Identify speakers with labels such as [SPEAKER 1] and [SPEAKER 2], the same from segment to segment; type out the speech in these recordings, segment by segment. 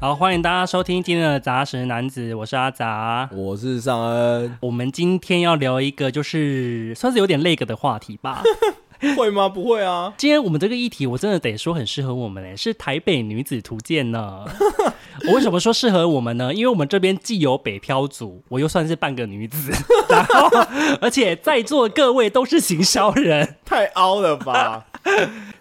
[SPEAKER 1] 好，欢迎大家收听今天的杂食男子，我是阿杂。
[SPEAKER 2] 我是尚恩，
[SPEAKER 1] 我们今天要聊一个就是算是有点那个的话题吧。
[SPEAKER 2] 会吗？不会啊，
[SPEAKER 1] 今天我们这个议题，我真的得说很适合我们诶、是台北女子图鉴呢。 我为什么说适合我们呢？因为我们这边既有北漂族，我又算是半个女子， 然后而且在座各位都是行销人，
[SPEAKER 2] 太凹了 吧？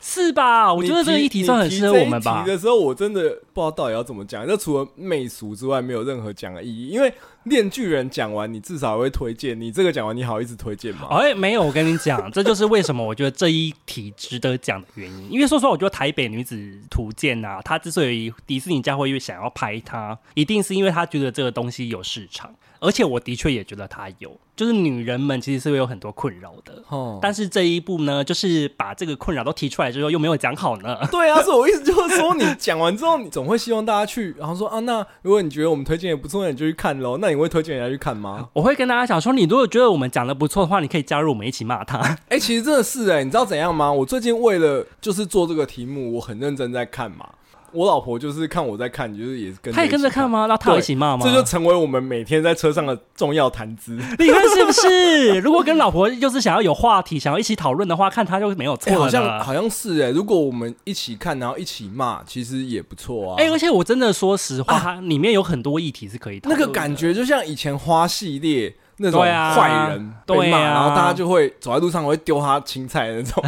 [SPEAKER 1] 是吧？我觉得这个议题算很适合我们
[SPEAKER 2] 你
[SPEAKER 1] 吧
[SPEAKER 2] 提这一题。的时候，我真的不知道到底要怎么讲。这除了媚俗之外，没有任何讲的意义。因为《恋巨人》讲完，你至少会推荐；你这个讲完，你好意思推荐吗？
[SPEAKER 1] 哎，没有，我跟你讲，这就是为什么我觉得这一题值得讲的原因。因为说实话，我觉得《台北女子图鉴》呐，它之所以迪士尼家会越想要拍它，一定是因为他觉得这个东西有市场，而且我的确也觉得它有，就是女人们其实是会有很多困扰的。
[SPEAKER 2] 哦，
[SPEAKER 1] 但是这一部呢，就是把这个困扰都提出来之后，又没有讲好呢。
[SPEAKER 2] 对啊，所以我意思就是说，你讲完之后，你总会希望大家去，然后说啊，那如果你觉得我们推荐也不错，那你就去看喽。那你会推荐人家去看吗？
[SPEAKER 1] 我会跟大家讲说，你如果觉得我们讲的不错的话，你可以加入我们一起骂他。
[SPEAKER 2] 哎、其实真的是哎、你知道怎样吗？我最近为了就是做这个题目，我很认真在看嘛。我老婆就是看我在看，就是也是跟
[SPEAKER 1] 他也跟着看
[SPEAKER 2] 吗？
[SPEAKER 1] 吗？那他有一起骂吗？
[SPEAKER 2] 这就成为我们每天在车上的重要谈资。
[SPEAKER 1] 你看是不是？如果跟老婆就是想要有话题，想要一起讨论的话，看他就没有错
[SPEAKER 2] 哎，
[SPEAKER 1] 了。
[SPEAKER 2] 好像好像是哎、如果我们一起看，然后一起骂，其实也不错啊。
[SPEAKER 1] 哎、而且我真的说实话，它里面有很多议题是可以讨
[SPEAKER 2] 啊那
[SPEAKER 1] 论的
[SPEAKER 2] 个感觉就像以前花系列那种
[SPEAKER 1] 对啊
[SPEAKER 2] 坏人被骂，
[SPEAKER 1] 对啊
[SPEAKER 2] 然后大家就会走在路上会丢他青菜的 那种。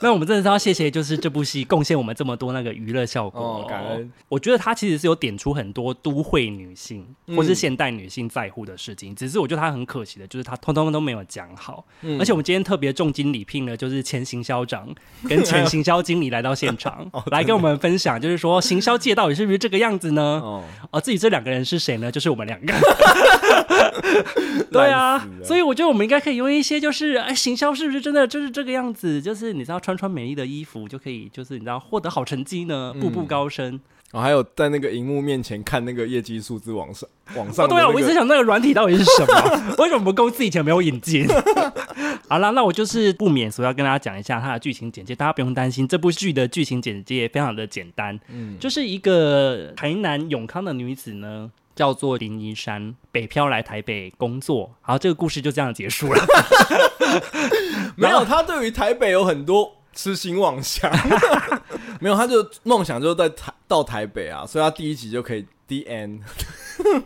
[SPEAKER 1] 那我们真的是要谢谢，就是这部戏贡献我们这么多那个娱乐效果、
[SPEAKER 2] 哦感恩。
[SPEAKER 1] 我觉得它其实是有点出很多都会女性
[SPEAKER 2] 嗯
[SPEAKER 1] 或是现代女性在乎的事情，只是我觉得它很可惜的，就是它通通都没有讲好。
[SPEAKER 2] 嗯
[SPEAKER 1] 而且我们今天特别重金礼聘了，就是前行销长跟前行销经理来到现 场，
[SPEAKER 2] 哦
[SPEAKER 1] 来跟我们分享，就是说行销界到底是不是这个样子呢？
[SPEAKER 2] 哦，
[SPEAKER 1] 哦，至于这两个人是谁呢？就是我们两个。对啊，所
[SPEAKER 2] 以
[SPEAKER 1] 以我觉得我们应该可以用一些，就是哎，行销是不是真的就是这个样子？就是你知道，穿穿美丽的衣服就可以，就是你知道获得好成绩呢，步步高升。
[SPEAKER 2] 然后还有在那个荧幕面前看那个业绩数字往上往
[SPEAKER 1] 哦
[SPEAKER 2] 上的
[SPEAKER 1] 对啊，
[SPEAKER 2] 那个、
[SPEAKER 1] 我一直想那个软体到底是什么？ 为什么我们公司以前没有引进？ 好啦，那我就是不免俗要跟大家讲一下它的剧情简介，大家不用担心，这部剧的剧情简介非常的简单，
[SPEAKER 2] 嗯
[SPEAKER 1] 就是一个台南永康的女子呢。叫做林依山，北漂来台北工作，好，这个故事就这样结束了。
[SPEAKER 2] 没有，他对于台北有很多痴心妄想， 没有，他就梦想就是在台到台北啊，所以他第一集就可以 D N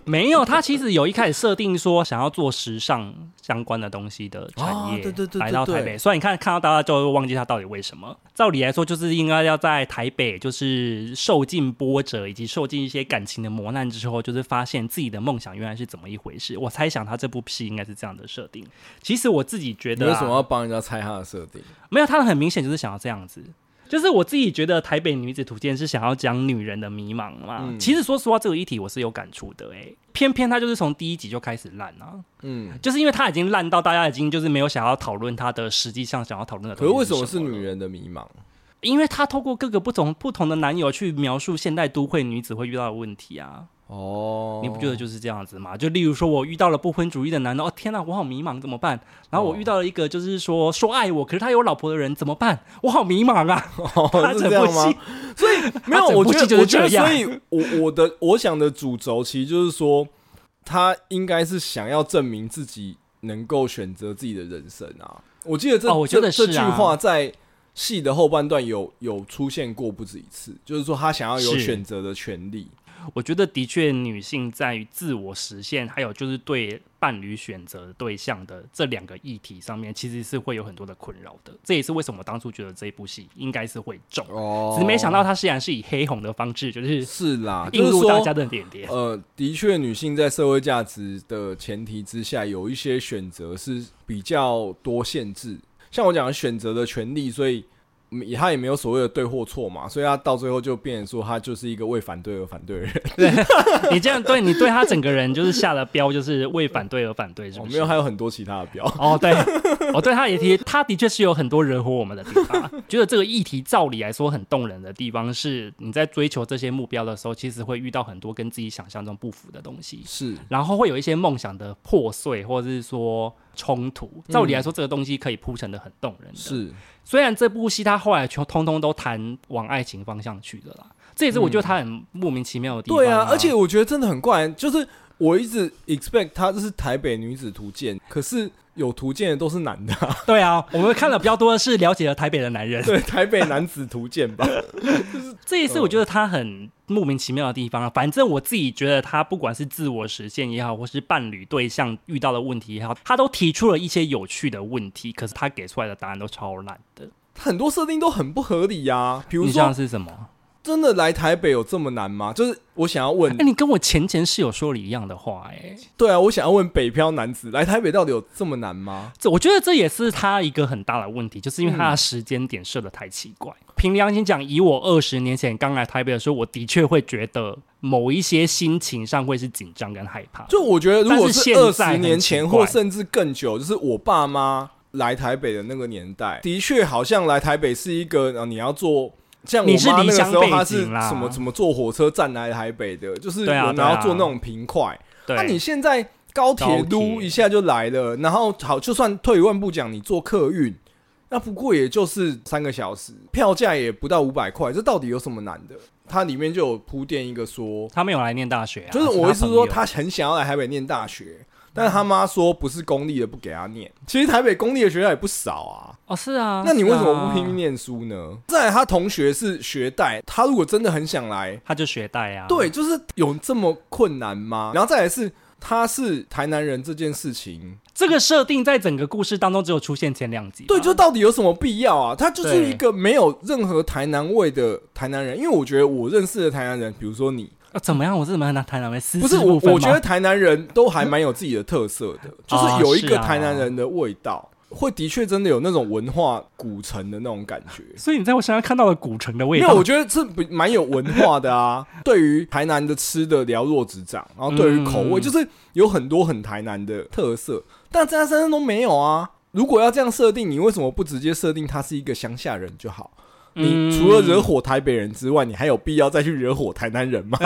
[SPEAKER 1] 没有，他其实有一开始设定说想要做时尚相关的东西的产业，
[SPEAKER 2] 哦对对对对
[SPEAKER 1] 来到台北。
[SPEAKER 2] 对
[SPEAKER 1] 虽然你看看到大家就会忘记他到底为什么。照理来说，就是应该要在台北，就是受尽波折以及受尽一些感情的磨难之后，就是发现自己的梦想原来是怎么一回事。我猜想他这部戏应该是这样的设定。其实我自己觉
[SPEAKER 2] 你
[SPEAKER 1] 得、
[SPEAKER 2] 为
[SPEAKER 1] 啊，
[SPEAKER 2] 什么要帮人家猜他的设定？
[SPEAKER 1] 没有，他很明显就是想要这样子。就是我自己觉得《台北女子图鉴》是想要讲女人的迷茫嘛。
[SPEAKER 2] 嗯
[SPEAKER 1] 其实说实话，这个议题我是有感触的、欸，偏偏他就是从第一集就开始烂啊，
[SPEAKER 2] 嗯，
[SPEAKER 1] 就是因为他已经烂到大家已经就是没有想要讨论他的实际上想要讨论的
[SPEAKER 2] 可
[SPEAKER 1] 东
[SPEAKER 2] 是
[SPEAKER 1] 西。
[SPEAKER 2] 为什么是女？人的迷茫？
[SPEAKER 1] 因为他透过各个不同不同的男友去描述现代都会女子会遇到的问题啊，
[SPEAKER 2] 哦，
[SPEAKER 1] 你不 觉得就是这样子吗？就例如说我遇到了不婚主义的男的，哦天哪、我好迷茫，怎么办？然
[SPEAKER 2] 哦
[SPEAKER 1] 后我遇到了一个就是说说爱我，可是他有老婆的人，怎么办？我好迷茫啊！
[SPEAKER 2] 哦
[SPEAKER 1] 他
[SPEAKER 2] 是
[SPEAKER 1] 整
[SPEAKER 2] 这样
[SPEAKER 1] 部
[SPEAKER 2] 吗
[SPEAKER 1] 戏？
[SPEAKER 2] 没有，
[SPEAKER 1] 他整
[SPEAKER 2] 我
[SPEAKER 1] 部
[SPEAKER 2] 觉
[SPEAKER 1] 戏
[SPEAKER 2] 得
[SPEAKER 1] 就是
[SPEAKER 2] 我觉得，
[SPEAKER 1] 这样
[SPEAKER 2] 所以我我的 我想的主轴其实就是说，他应该是想要证明自己能够选择自己的人生啊。我记得这、
[SPEAKER 1] 哦我觉得
[SPEAKER 2] 这
[SPEAKER 1] 是
[SPEAKER 2] 这
[SPEAKER 1] 啊
[SPEAKER 2] 句话在戏的后半段有有出现过不止一次，就是说他想要有
[SPEAKER 1] 是
[SPEAKER 2] 选择的权利。
[SPEAKER 1] 我觉得的确，女性在于自我实现，还有就是对伴侣选择对象的这两个议题上面，其实是会有很多的困扰的。这也是为什么我当初觉得这一部戏应该是会中，
[SPEAKER 2] 哦
[SPEAKER 1] 只是没想到它虽然是以黑红的方式，就是
[SPEAKER 2] 是啦，
[SPEAKER 1] 映
[SPEAKER 2] 啊就是
[SPEAKER 1] 入大
[SPEAKER 2] 说
[SPEAKER 1] 家的眼帘。
[SPEAKER 2] 呃，的确，女性在社会价值的前提之下，有一些选择是比较多限制。像我讲的选择的权利，所以嗯他也没有所谓的对或错嘛，所以他到最后就变成说，他就是一个为反对而反对的人。
[SPEAKER 1] 你这样对你对他整个人就是下了标，就是为反对而反对，是
[SPEAKER 2] 哦
[SPEAKER 1] 不
[SPEAKER 2] 没
[SPEAKER 1] 是？
[SPEAKER 2] 有，还有很多其他的 标。
[SPEAKER 1] 哦，对，哦，对，他也提，他的确是有很多惹火我们的地方。啊觉得这个议题照理来说很动人的地方是，你在追求这些目标的时候，其实会遇到很多跟自己想象中不符的东西，
[SPEAKER 2] 是，
[SPEAKER 1] 然后会有一些梦想的破碎，或者是说冲突。照理来说，这个东西可以铺陈的很动人的。
[SPEAKER 2] 嗯是，
[SPEAKER 1] 虽然这部戏他后来全通通都谈往爱情方向去的啦，这也是我觉得他很莫名其妙的地方、
[SPEAKER 2] 嗯对啊，而且我觉得真的很怪，就是我一直 expect 他这是台北女子图鉴，可是有图鉴的都是男的、啊，
[SPEAKER 1] 对啊，我们看了比较多的是了解了台北的男人，
[SPEAKER 2] 对，台北男子图鉴吧。
[SPEAKER 1] 这也是我觉得
[SPEAKER 2] 嗯
[SPEAKER 1] 他很莫名其妙的地方啊。反正我自己觉得他不管是自我实现也好，或是伴侣对象遇到的问题也好，他都提出了一些有趣的问题，可是他给出来的答案都超烂的。
[SPEAKER 2] 很多设定都很不合理呀、啊，比如
[SPEAKER 1] 你像
[SPEAKER 2] 说，
[SPEAKER 1] 是什么？
[SPEAKER 2] 真的来台北有这么难吗？就是我想要问
[SPEAKER 1] 哎、，你跟我前前室友说了一样的话、哎，
[SPEAKER 2] 对啊，我想要问北漂男子来台北到底有这么难吗？
[SPEAKER 1] 这我觉得这也是他一个很大的问题，就是因为他的时间点设的太奇怪。
[SPEAKER 2] 嗯
[SPEAKER 1] 凭良心讲，以我二十年前刚来台北的时候，我的确会觉得某一些心情上会是紧张跟害怕。
[SPEAKER 2] 就我觉得，如果
[SPEAKER 1] 但是现
[SPEAKER 2] 二
[SPEAKER 1] 在
[SPEAKER 2] 十
[SPEAKER 1] 很
[SPEAKER 2] 年
[SPEAKER 1] 奇
[SPEAKER 2] 前
[SPEAKER 1] 怪
[SPEAKER 2] 或甚至更久，就是我爸妈来台北的那个年代，的确好像来台北是一个呃，你要坐。像我
[SPEAKER 1] 你是
[SPEAKER 2] 妈那
[SPEAKER 1] 离
[SPEAKER 2] 个
[SPEAKER 1] 乡
[SPEAKER 2] 时候，
[SPEAKER 1] 背
[SPEAKER 2] 她是
[SPEAKER 1] 景啦
[SPEAKER 2] 什么什么坐火车站来台北的，就是我
[SPEAKER 1] 对啊
[SPEAKER 2] 然
[SPEAKER 1] 对啊
[SPEAKER 2] 后坐那种平快。
[SPEAKER 1] 对，
[SPEAKER 2] 那你现在高铁
[SPEAKER 1] 高
[SPEAKER 2] 撸
[SPEAKER 1] 铁
[SPEAKER 2] 一下就来了，然后好，就算退一万步讲，你坐客运，那不过也就是三个小时，票价也不到五百块，这到底有什么难的？它里面就有铺垫一个说，
[SPEAKER 1] 他没有来念大学、啊，
[SPEAKER 2] 就是我意思说，
[SPEAKER 1] 他
[SPEAKER 2] 他很想要来台北念大学，但是他妈说不是公立的不给他念。其实台北公立的学校也不少啊，
[SPEAKER 1] 朋友哦是啊，
[SPEAKER 2] 那你为什
[SPEAKER 1] 是
[SPEAKER 2] 么
[SPEAKER 1] 啊
[SPEAKER 2] 不拼命？念书呢？再来，他同学是学贷，他如果真的很想来，
[SPEAKER 1] 他就学贷啊，
[SPEAKER 2] 对，就是有这么困难吗？然后再来是他是台南人这件事情，
[SPEAKER 1] 这个设定在整个故事当中只有出现前两集嘛，
[SPEAKER 2] 对，就到底有什么必要啊？他就是
[SPEAKER 1] 对
[SPEAKER 2] 一个没有任何台南味的台南人，因为我觉得我认识的台南人，比如说你，
[SPEAKER 1] 啊怎么样？我是怎么拿台南为私
[SPEAKER 2] 不是
[SPEAKER 1] 私
[SPEAKER 2] 我
[SPEAKER 1] 部，分
[SPEAKER 2] 我觉
[SPEAKER 1] 吗
[SPEAKER 2] 得台南人都还蛮有自己的特色 的，就是
[SPEAKER 1] 啊
[SPEAKER 2] 有一
[SPEAKER 1] 是
[SPEAKER 2] 个
[SPEAKER 1] 啊
[SPEAKER 2] 台南人的味道，会的确真的有那种文化古城的那种感觉。
[SPEAKER 1] 所以你在我身上看到了古城的味
[SPEAKER 2] 没
[SPEAKER 1] 道，
[SPEAKER 2] 有，我觉得是不蛮有文化 的啊。对于台南的吃的了若指掌，然后对于口
[SPEAKER 1] 嗯
[SPEAKER 2] 味，就是有很多很台南的特色，但在他身上都没有啊。如果要这样设定，你为什么不直接设定他是一个乡下人就好？
[SPEAKER 1] 嗯
[SPEAKER 2] 你除了惹火台北人之外，你还有必要再去惹火台南人吗？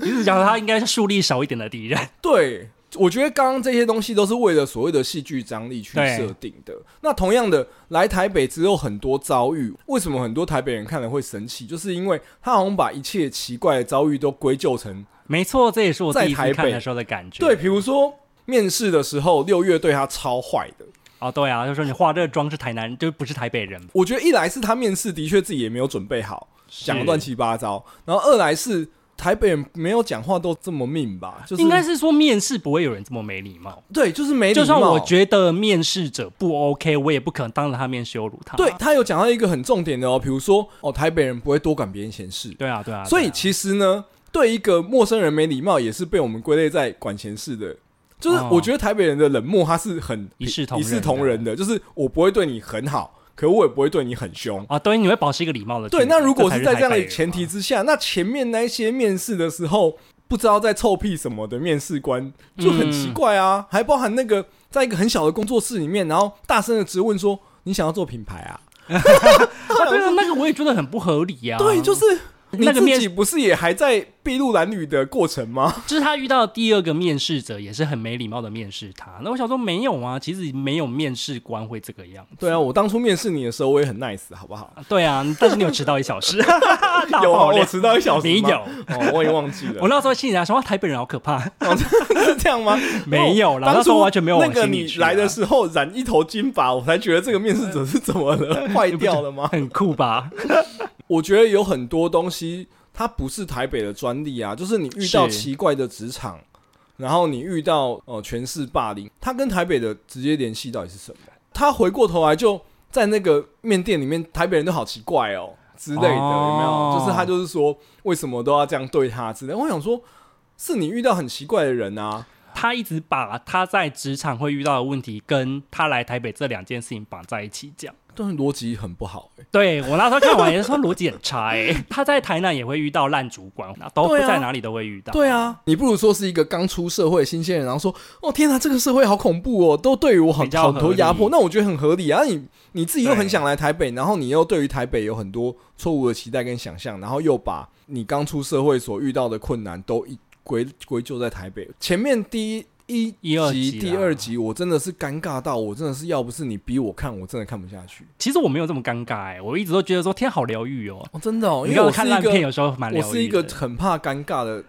[SPEAKER 1] 你是讲他应该是树立少一点的敌人，
[SPEAKER 2] 对，我觉得刚刚这些东西都是为了所谓的戏剧张力去
[SPEAKER 1] 对
[SPEAKER 2] 设定的。那同样的，来台北之后很多遭遇，为什么很多台北人看了会生气？就是因为他好像把一切奇怪的遭遇都归咎成
[SPEAKER 1] 没错，这也是我
[SPEAKER 2] 在
[SPEAKER 1] 第一次
[SPEAKER 2] 台
[SPEAKER 1] 看
[SPEAKER 2] 北
[SPEAKER 1] 的时候的感觉。
[SPEAKER 2] 对，比如说面试的时候，六月对他超坏的。
[SPEAKER 1] 哦，对啊，就说你化这个妆是台南，就不是台北人。
[SPEAKER 2] 我觉得一来是他面试的确自己也没有准备好，讲的乱
[SPEAKER 1] 是
[SPEAKER 2] 七八糟；然后二来是台北人没有讲话都这么命吧，就是
[SPEAKER 1] 应该是说面试不会有人这么没礼貌。
[SPEAKER 2] 对，就是没礼
[SPEAKER 1] 就
[SPEAKER 2] 貌。
[SPEAKER 1] 算我觉得面试者不 OK，我也不可能当着他面羞辱他。
[SPEAKER 2] 对他有讲到一个很重点的哦，比如说哦，台北人不会多管别人闲事，
[SPEAKER 1] 对啊，对啊。
[SPEAKER 2] 所以
[SPEAKER 1] 对啊
[SPEAKER 2] 其实呢，对一个陌生人没礼貌，也是被我们归类在管闲事的。就是
[SPEAKER 1] 哦
[SPEAKER 2] 我觉得台北人的冷漠，他是很
[SPEAKER 1] 一视同
[SPEAKER 2] 一
[SPEAKER 1] 仁的
[SPEAKER 2] 视同仁的，就是我不会对你很好，可我也不会对你很凶。
[SPEAKER 1] 啊，对，你会保持一个礼貌的距离。
[SPEAKER 2] 对，那如果
[SPEAKER 1] 嗯才
[SPEAKER 2] 是在
[SPEAKER 1] 台
[SPEAKER 2] 这样
[SPEAKER 1] 北
[SPEAKER 2] 的
[SPEAKER 1] 人
[SPEAKER 2] 前
[SPEAKER 1] 嘛
[SPEAKER 2] 提，之下，那前面那一些面试的时候，不知道在臭屁什么的面试官就很奇怪
[SPEAKER 1] 嗯
[SPEAKER 2] 啊，还包含那个在一个很小的工作室里面，然后大声的质问说：“你想要做品牌啊？”
[SPEAKER 1] 啊， 对啊，那个我也觉得很不合理呀、啊。
[SPEAKER 2] 对，就是
[SPEAKER 1] 那
[SPEAKER 2] 你
[SPEAKER 1] 个
[SPEAKER 2] 自
[SPEAKER 1] 面
[SPEAKER 2] 己不是也还在筚路蓝缕的过 程吗？
[SPEAKER 1] 就是他遇到的第二个面试者也是很没礼貌的面试他。那我想说没有啊，其实没有面试官会这个样子。
[SPEAKER 2] 对啊，我当初面试你的时候，我也很 nice，好不好？
[SPEAKER 1] 啊对啊，但是你有迟到一小时， 大
[SPEAKER 2] 有啊，
[SPEAKER 1] 爆料
[SPEAKER 2] 我迟到一小时吗。
[SPEAKER 1] 没有。
[SPEAKER 2] 哦，我也忘记了
[SPEAKER 1] 我。那时候心里想说，哇台北人好可怕。
[SPEAKER 2] 是这样吗？
[SPEAKER 1] 没有啦
[SPEAKER 2] 当初
[SPEAKER 1] 那时候完全没有
[SPEAKER 2] 那
[SPEAKER 1] 往
[SPEAKER 2] 个
[SPEAKER 1] 心里
[SPEAKER 2] 你
[SPEAKER 1] 去啊
[SPEAKER 2] 来的时候染一头金发，我才觉得这个面试者是怎 么了，坏掉了吗？
[SPEAKER 1] 很酷 吧？
[SPEAKER 2] 我觉得有很多东西它不是台北的专利啊，就是你遇到
[SPEAKER 1] 是
[SPEAKER 2] 奇怪的职场，然后你遇到呃权势霸凌，它跟台北的直接联系到底是什么？他回过头来就在那个面店里面，台北人都好奇怪哦之类的，
[SPEAKER 1] 哦
[SPEAKER 2] 有没有？就是他就是说为什么都要这样对他之类的。我想说，是你遇到很奇怪的人啊，
[SPEAKER 1] 他一直把他在职场会遇到的问题跟他来台北这两件事情绑在一起讲。
[SPEAKER 2] 但是逻辑很不好、欸。
[SPEAKER 1] 对我那时候看完也是说逻辑很差哎、 他在台南也会遇到烂主管，都
[SPEAKER 2] 对啊
[SPEAKER 1] 在哪里都会遇到。
[SPEAKER 2] 对啊，你不如说是一个刚出社会的新鲜人，然后说：“哦天哪，这个社会好恐怖哦，都对于我很
[SPEAKER 1] 比较合
[SPEAKER 2] 很
[SPEAKER 1] 理
[SPEAKER 2] 多压迫。”那我觉得很合理啊。你你自己又
[SPEAKER 1] 对
[SPEAKER 2] 很想来台北，然后你又对于台北有很多错误的期待跟想象，然后又把你刚出社会所遇到的困难都一归归咎在台北。前面第一。一
[SPEAKER 1] 一二
[SPEAKER 2] 集、
[SPEAKER 1] 集啊
[SPEAKER 2] 第
[SPEAKER 1] 啦
[SPEAKER 2] 二集，我真的是尴尬到，我真的是要不是你逼我看，我真的看不下去。
[SPEAKER 1] 其实我没有这么尴尬哎、我一直都觉得说天好疗愈哦。
[SPEAKER 2] 哦，真的哦，
[SPEAKER 1] 你
[SPEAKER 2] 因为
[SPEAKER 1] 看我
[SPEAKER 2] 我
[SPEAKER 1] 看
[SPEAKER 2] 是
[SPEAKER 1] 烂
[SPEAKER 2] 一
[SPEAKER 1] 片有
[SPEAKER 2] 个
[SPEAKER 1] 时候蛮疗
[SPEAKER 2] 我
[SPEAKER 1] 愈的，
[SPEAKER 2] 是一个很怕尴尬的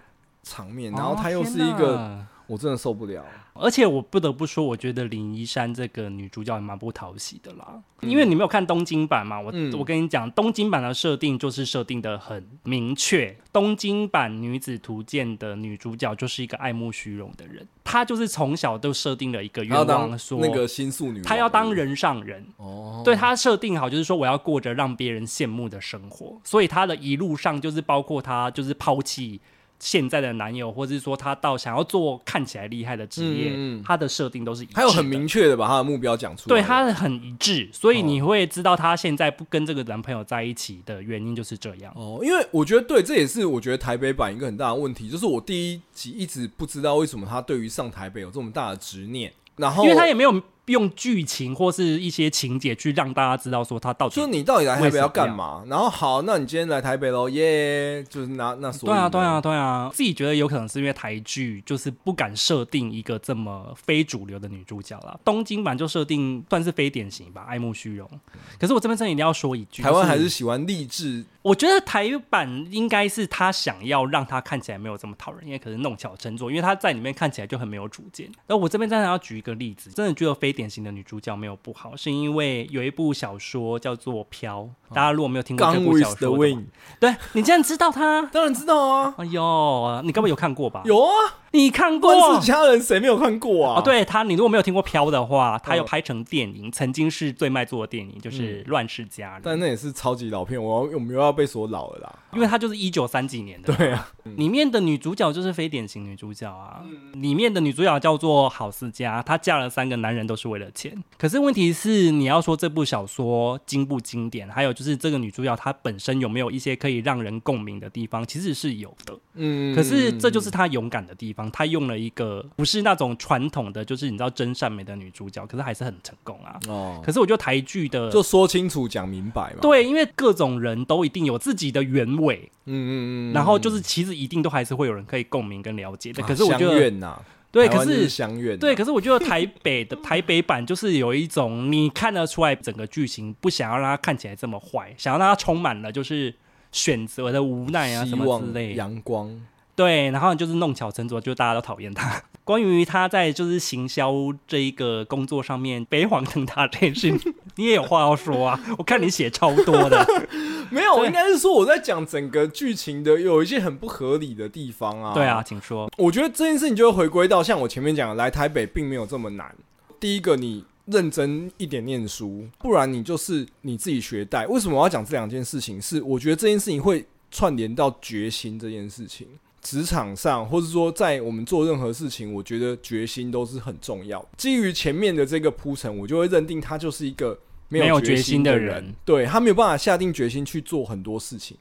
[SPEAKER 2] 场面，然后
[SPEAKER 1] 哦
[SPEAKER 2] 她又是
[SPEAKER 1] 天
[SPEAKER 2] 一个
[SPEAKER 1] 哪
[SPEAKER 2] 我真的受不了。
[SPEAKER 1] 而且我不得不说，我觉得林一山这个女主角也蛮不讨喜的啦。因为你没有看东京版嘛，我、
[SPEAKER 2] 嗯
[SPEAKER 1] 我跟你讲，东京版的设定就是设定的很明确。东京版《女子图鉴》的女主角就是一个爱慕虚荣的人，她就是从小都设定了一个
[SPEAKER 2] 她要
[SPEAKER 1] 愿
[SPEAKER 2] 当
[SPEAKER 1] 望，说
[SPEAKER 2] 那个新宿女王，
[SPEAKER 1] 她要当人上人。
[SPEAKER 2] 哦，
[SPEAKER 1] 对她设定好，就是说我要过着让别人羡慕的生活，所以她的一路上就是包括她就是抛弃现在的男友，或者是说她到想要做看起来厉害的职业，
[SPEAKER 2] 嗯嗯嗯
[SPEAKER 1] 她的设定都是一致的
[SPEAKER 2] 还有很明确的把她的目标讲出来。
[SPEAKER 1] 对她很一致，所以你会知道她现在不跟这个男朋友在一起的原因就是这样。
[SPEAKER 2] 哦，因为我觉得对，这也是我觉得台北版一个很大的问题，就是我第一集一直不知道为什么他对于上台北有这么大的执念，然后
[SPEAKER 1] 因为她也没有用剧情或是一些情节去让大家知道说她到底
[SPEAKER 2] 说你到底来台北要干嘛？然后好，那你今天来台北喽，耶！就是拿那所以
[SPEAKER 1] 对啊，
[SPEAKER 2] 呢
[SPEAKER 1] 对啊，，对啊，自己觉得有可能是因为台剧就是不敢设定一个这么非主流的女主角啦。东京版就设定算是非典型吧，爱慕虚荣。可是我这边真的一定要说一句，
[SPEAKER 2] 台湾
[SPEAKER 1] 就
[SPEAKER 2] 还是喜欢励志，
[SPEAKER 1] 我觉得台版应该是他想要让他看起来没有这么讨人厌，可是弄巧成拙，因为他在里面看起来就很没有主见。那我这边真的要举一个例子，真的觉得非典型的女主角没有不好，是因为有一部小说叫做《飘》，大家如果没有听过这
[SPEAKER 2] Gone
[SPEAKER 1] 部小
[SPEAKER 2] with the
[SPEAKER 1] 说的话
[SPEAKER 2] wind，
[SPEAKER 1] 对你竟然知道它。
[SPEAKER 2] 当然知道啊，
[SPEAKER 1] 哎呦，你该不会有看过吧？
[SPEAKER 2] 有啊，
[SPEAKER 1] 你看
[SPEAKER 2] 《乱
[SPEAKER 1] 过
[SPEAKER 2] 世？佳人》谁没有看过啊？
[SPEAKER 1] 哦，，对他，你如果没有听过《飘》的话，他有拍成电影，曾经是最卖座的电影，就是《乱世佳人》。
[SPEAKER 2] 但那也是超级老片，我要我们又要被说老了啦。
[SPEAKER 1] 因为它就是一九三几年的，对啊，里面的女主角就是非典型女主角啊。里面的女主角叫做郝思嘉，她嫁了三个男人都是为了钱。可是问题是，你要说这部小说经不经典，还有就是这个女主角她本身有没有一些可以让人共鸣的地方，其实是有的。
[SPEAKER 2] 嗯，
[SPEAKER 1] 可是这就是她勇敢的地方，她用了一个不是那种传统的，就是你知道真善美的女主角，可是还是很成功啊。
[SPEAKER 2] 哦，啊
[SPEAKER 1] 可是我觉得台剧的
[SPEAKER 2] 就说清楚讲明白嘛。，
[SPEAKER 1] 对，因为各种人都一定有自己的原委，
[SPEAKER 2] 嗯嗯嗯，
[SPEAKER 1] 然后就是其实一定都还是会有人可以共鸣跟了解的。
[SPEAKER 2] 啊
[SPEAKER 1] 可是我觉
[SPEAKER 2] 相
[SPEAKER 1] 得
[SPEAKER 2] 怨呐，
[SPEAKER 1] 对，
[SPEAKER 2] 台
[SPEAKER 1] 可
[SPEAKER 2] 湾就是啊相怨呐，
[SPEAKER 1] 对，可是我觉得台北的台北版就是有一种你看得出来整个剧情不想要让它看起来这么坏，想要让它充满了就是选择的无奈啊
[SPEAKER 2] 希
[SPEAKER 1] 什么之
[SPEAKER 2] 望
[SPEAKER 1] 类的。
[SPEAKER 2] 阳光，
[SPEAKER 1] 对，然后就是弄巧成拙，就大家都讨厌他。 关于他在就是行销这一个工作上面飞黄腾达这件事， 你也有话要说啊？我看你写超多 的，
[SPEAKER 2] 没有，
[SPEAKER 1] 对
[SPEAKER 2] 我应该是说我在讲整个剧情的有一些很不合理的地方啊。
[SPEAKER 1] 对啊，，请说。
[SPEAKER 2] 我觉得这件事情就会回归到像我前面讲的，来台北并没有这么难。第一个，你认真一点念书，不然你就是你自己学贷。为什么我要讲这两件事情？是我觉得这件事情会串联到决心这件事情。职场上，或是说在我们做任何事情，我觉得决心都是很重要。基于前面的这个铺陈，我就会认定他就是一个
[SPEAKER 1] 没有
[SPEAKER 2] 决
[SPEAKER 1] 决心
[SPEAKER 2] 的
[SPEAKER 1] 的
[SPEAKER 2] 人
[SPEAKER 1] 人，
[SPEAKER 2] 对他没有办法下定决心去做很多事情。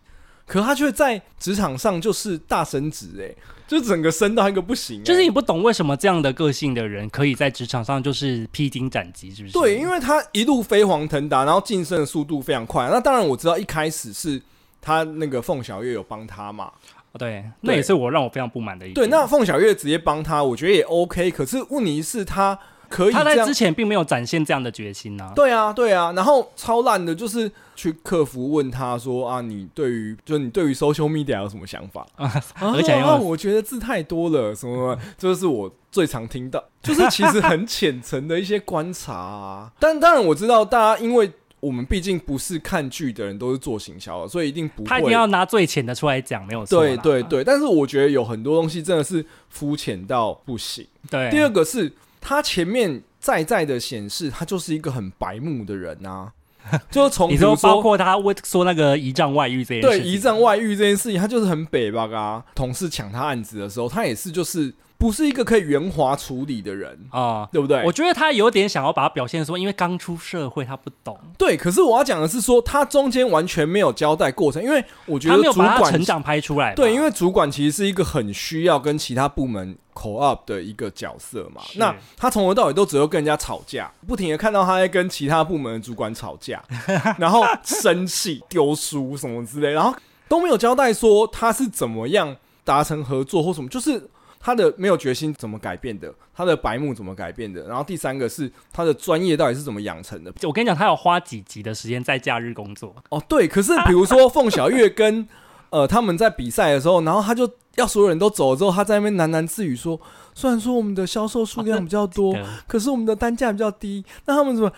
[SPEAKER 2] 可他却在职场上就是大升职，哎，就整个升到一个不行、欸，
[SPEAKER 1] 就是你不懂为什么这样的个性的人可以在职场上就是披荆斩棘，是不是？
[SPEAKER 2] 对，因为他一路飞黄腾达，然后晋升的速度非常快。那当然我知道一开始是他那个凤小月有帮他嘛，
[SPEAKER 1] 哦对，那也是我让我非常不满的一点。
[SPEAKER 2] 对，那凤小月直接帮他，我觉得也 OK。可是问题是，他可以
[SPEAKER 1] 他
[SPEAKER 2] 这
[SPEAKER 1] 在
[SPEAKER 2] 样
[SPEAKER 1] 之，前并没有展现这样的决心啊。
[SPEAKER 2] 对啊，对啊。然后超烂的就是去客服问他说啊，你对于就你对于 social media 有什么想法？啊
[SPEAKER 1] 而且还用
[SPEAKER 2] 啊我觉得字太多了，什么什么，这就是我最常听到，就是其实很浅层的一些观察啊。但当然我知道，大家因为我们毕竟不是看剧的人，都是做行销的，所以一定不会。
[SPEAKER 1] 他一定要拿最浅的出来讲，没有错
[SPEAKER 2] 对
[SPEAKER 1] 啦。
[SPEAKER 2] 对对，但是我觉得有很多东西真的是肤浅到不行。
[SPEAKER 1] 对。
[SPEAKER 2] 第二个是他前面在在的显示，他就是一个很白目的人 啊，就是从
[SPEAKER 1] 你
[SPEAKER 2] 比如
[SPEAKER 1] 说包
[SPEAKER 2] 说
[SPEAKER 1] 括他问说那个遗仗外遇这件事
[SPEAKER 2] 对
[SPEAKER 1] 情，
[SPEAKER 2] 遗仗外遇这件事情，他就是很北吧啊。同事抢他案子的时候，他也是就是不是一个可以圆滑处理的人，
[SPEAKER 1] 啊、
[SPEAKER 2] 对不对？
[SPEAKER 1] 我觉得他有点想要把它表现说，因为刚出社会他不懂，
[SPEAKER 2] 对，可是我要讲的是说，他中间完全没有交代过程，因为我觉
[SPEAKER 1] 他
[SPEAKER 2] 得
[SPEAKER 1] 没有
[SPEAKER 2] 主
[SPEAKER 1] 把他
[SPEAKER 2] 管
[SPEAKER 1] 成长拍出来吧。
[SPEAKER 2] 对，因为主管其实是一个很需要跟其他部门 co op 的一个角色嘛。
[SPEAKER 1] 是
[SPEAKER 2] 那他从头到尾都只有跟人家吵架，不停的看到他在跟其他部门的主管吵 架，然后生气、丢书什么之类，然后都没有交代说他是怎么样达成合作或什么，就是。他的没有决心怎么改变的，他的白目怎么改变的，然后第三个是他的专业到底是怎么养成的。
[SPEAKER 1] 就我跟你讲，他有花几集的时间在假日工作，
[SPEAKER 2] 哦，对，可是比如说凤小岳跟 呃他们在比赛的时候，然后他就要所有人都走了之后，他在那边喃喃自语说：“虽然说我们的销售数量比较 多，
[SPEAKER 1] 嗯
[SPEAKER 2] 可是我们的单价比较低。”那他们怎么？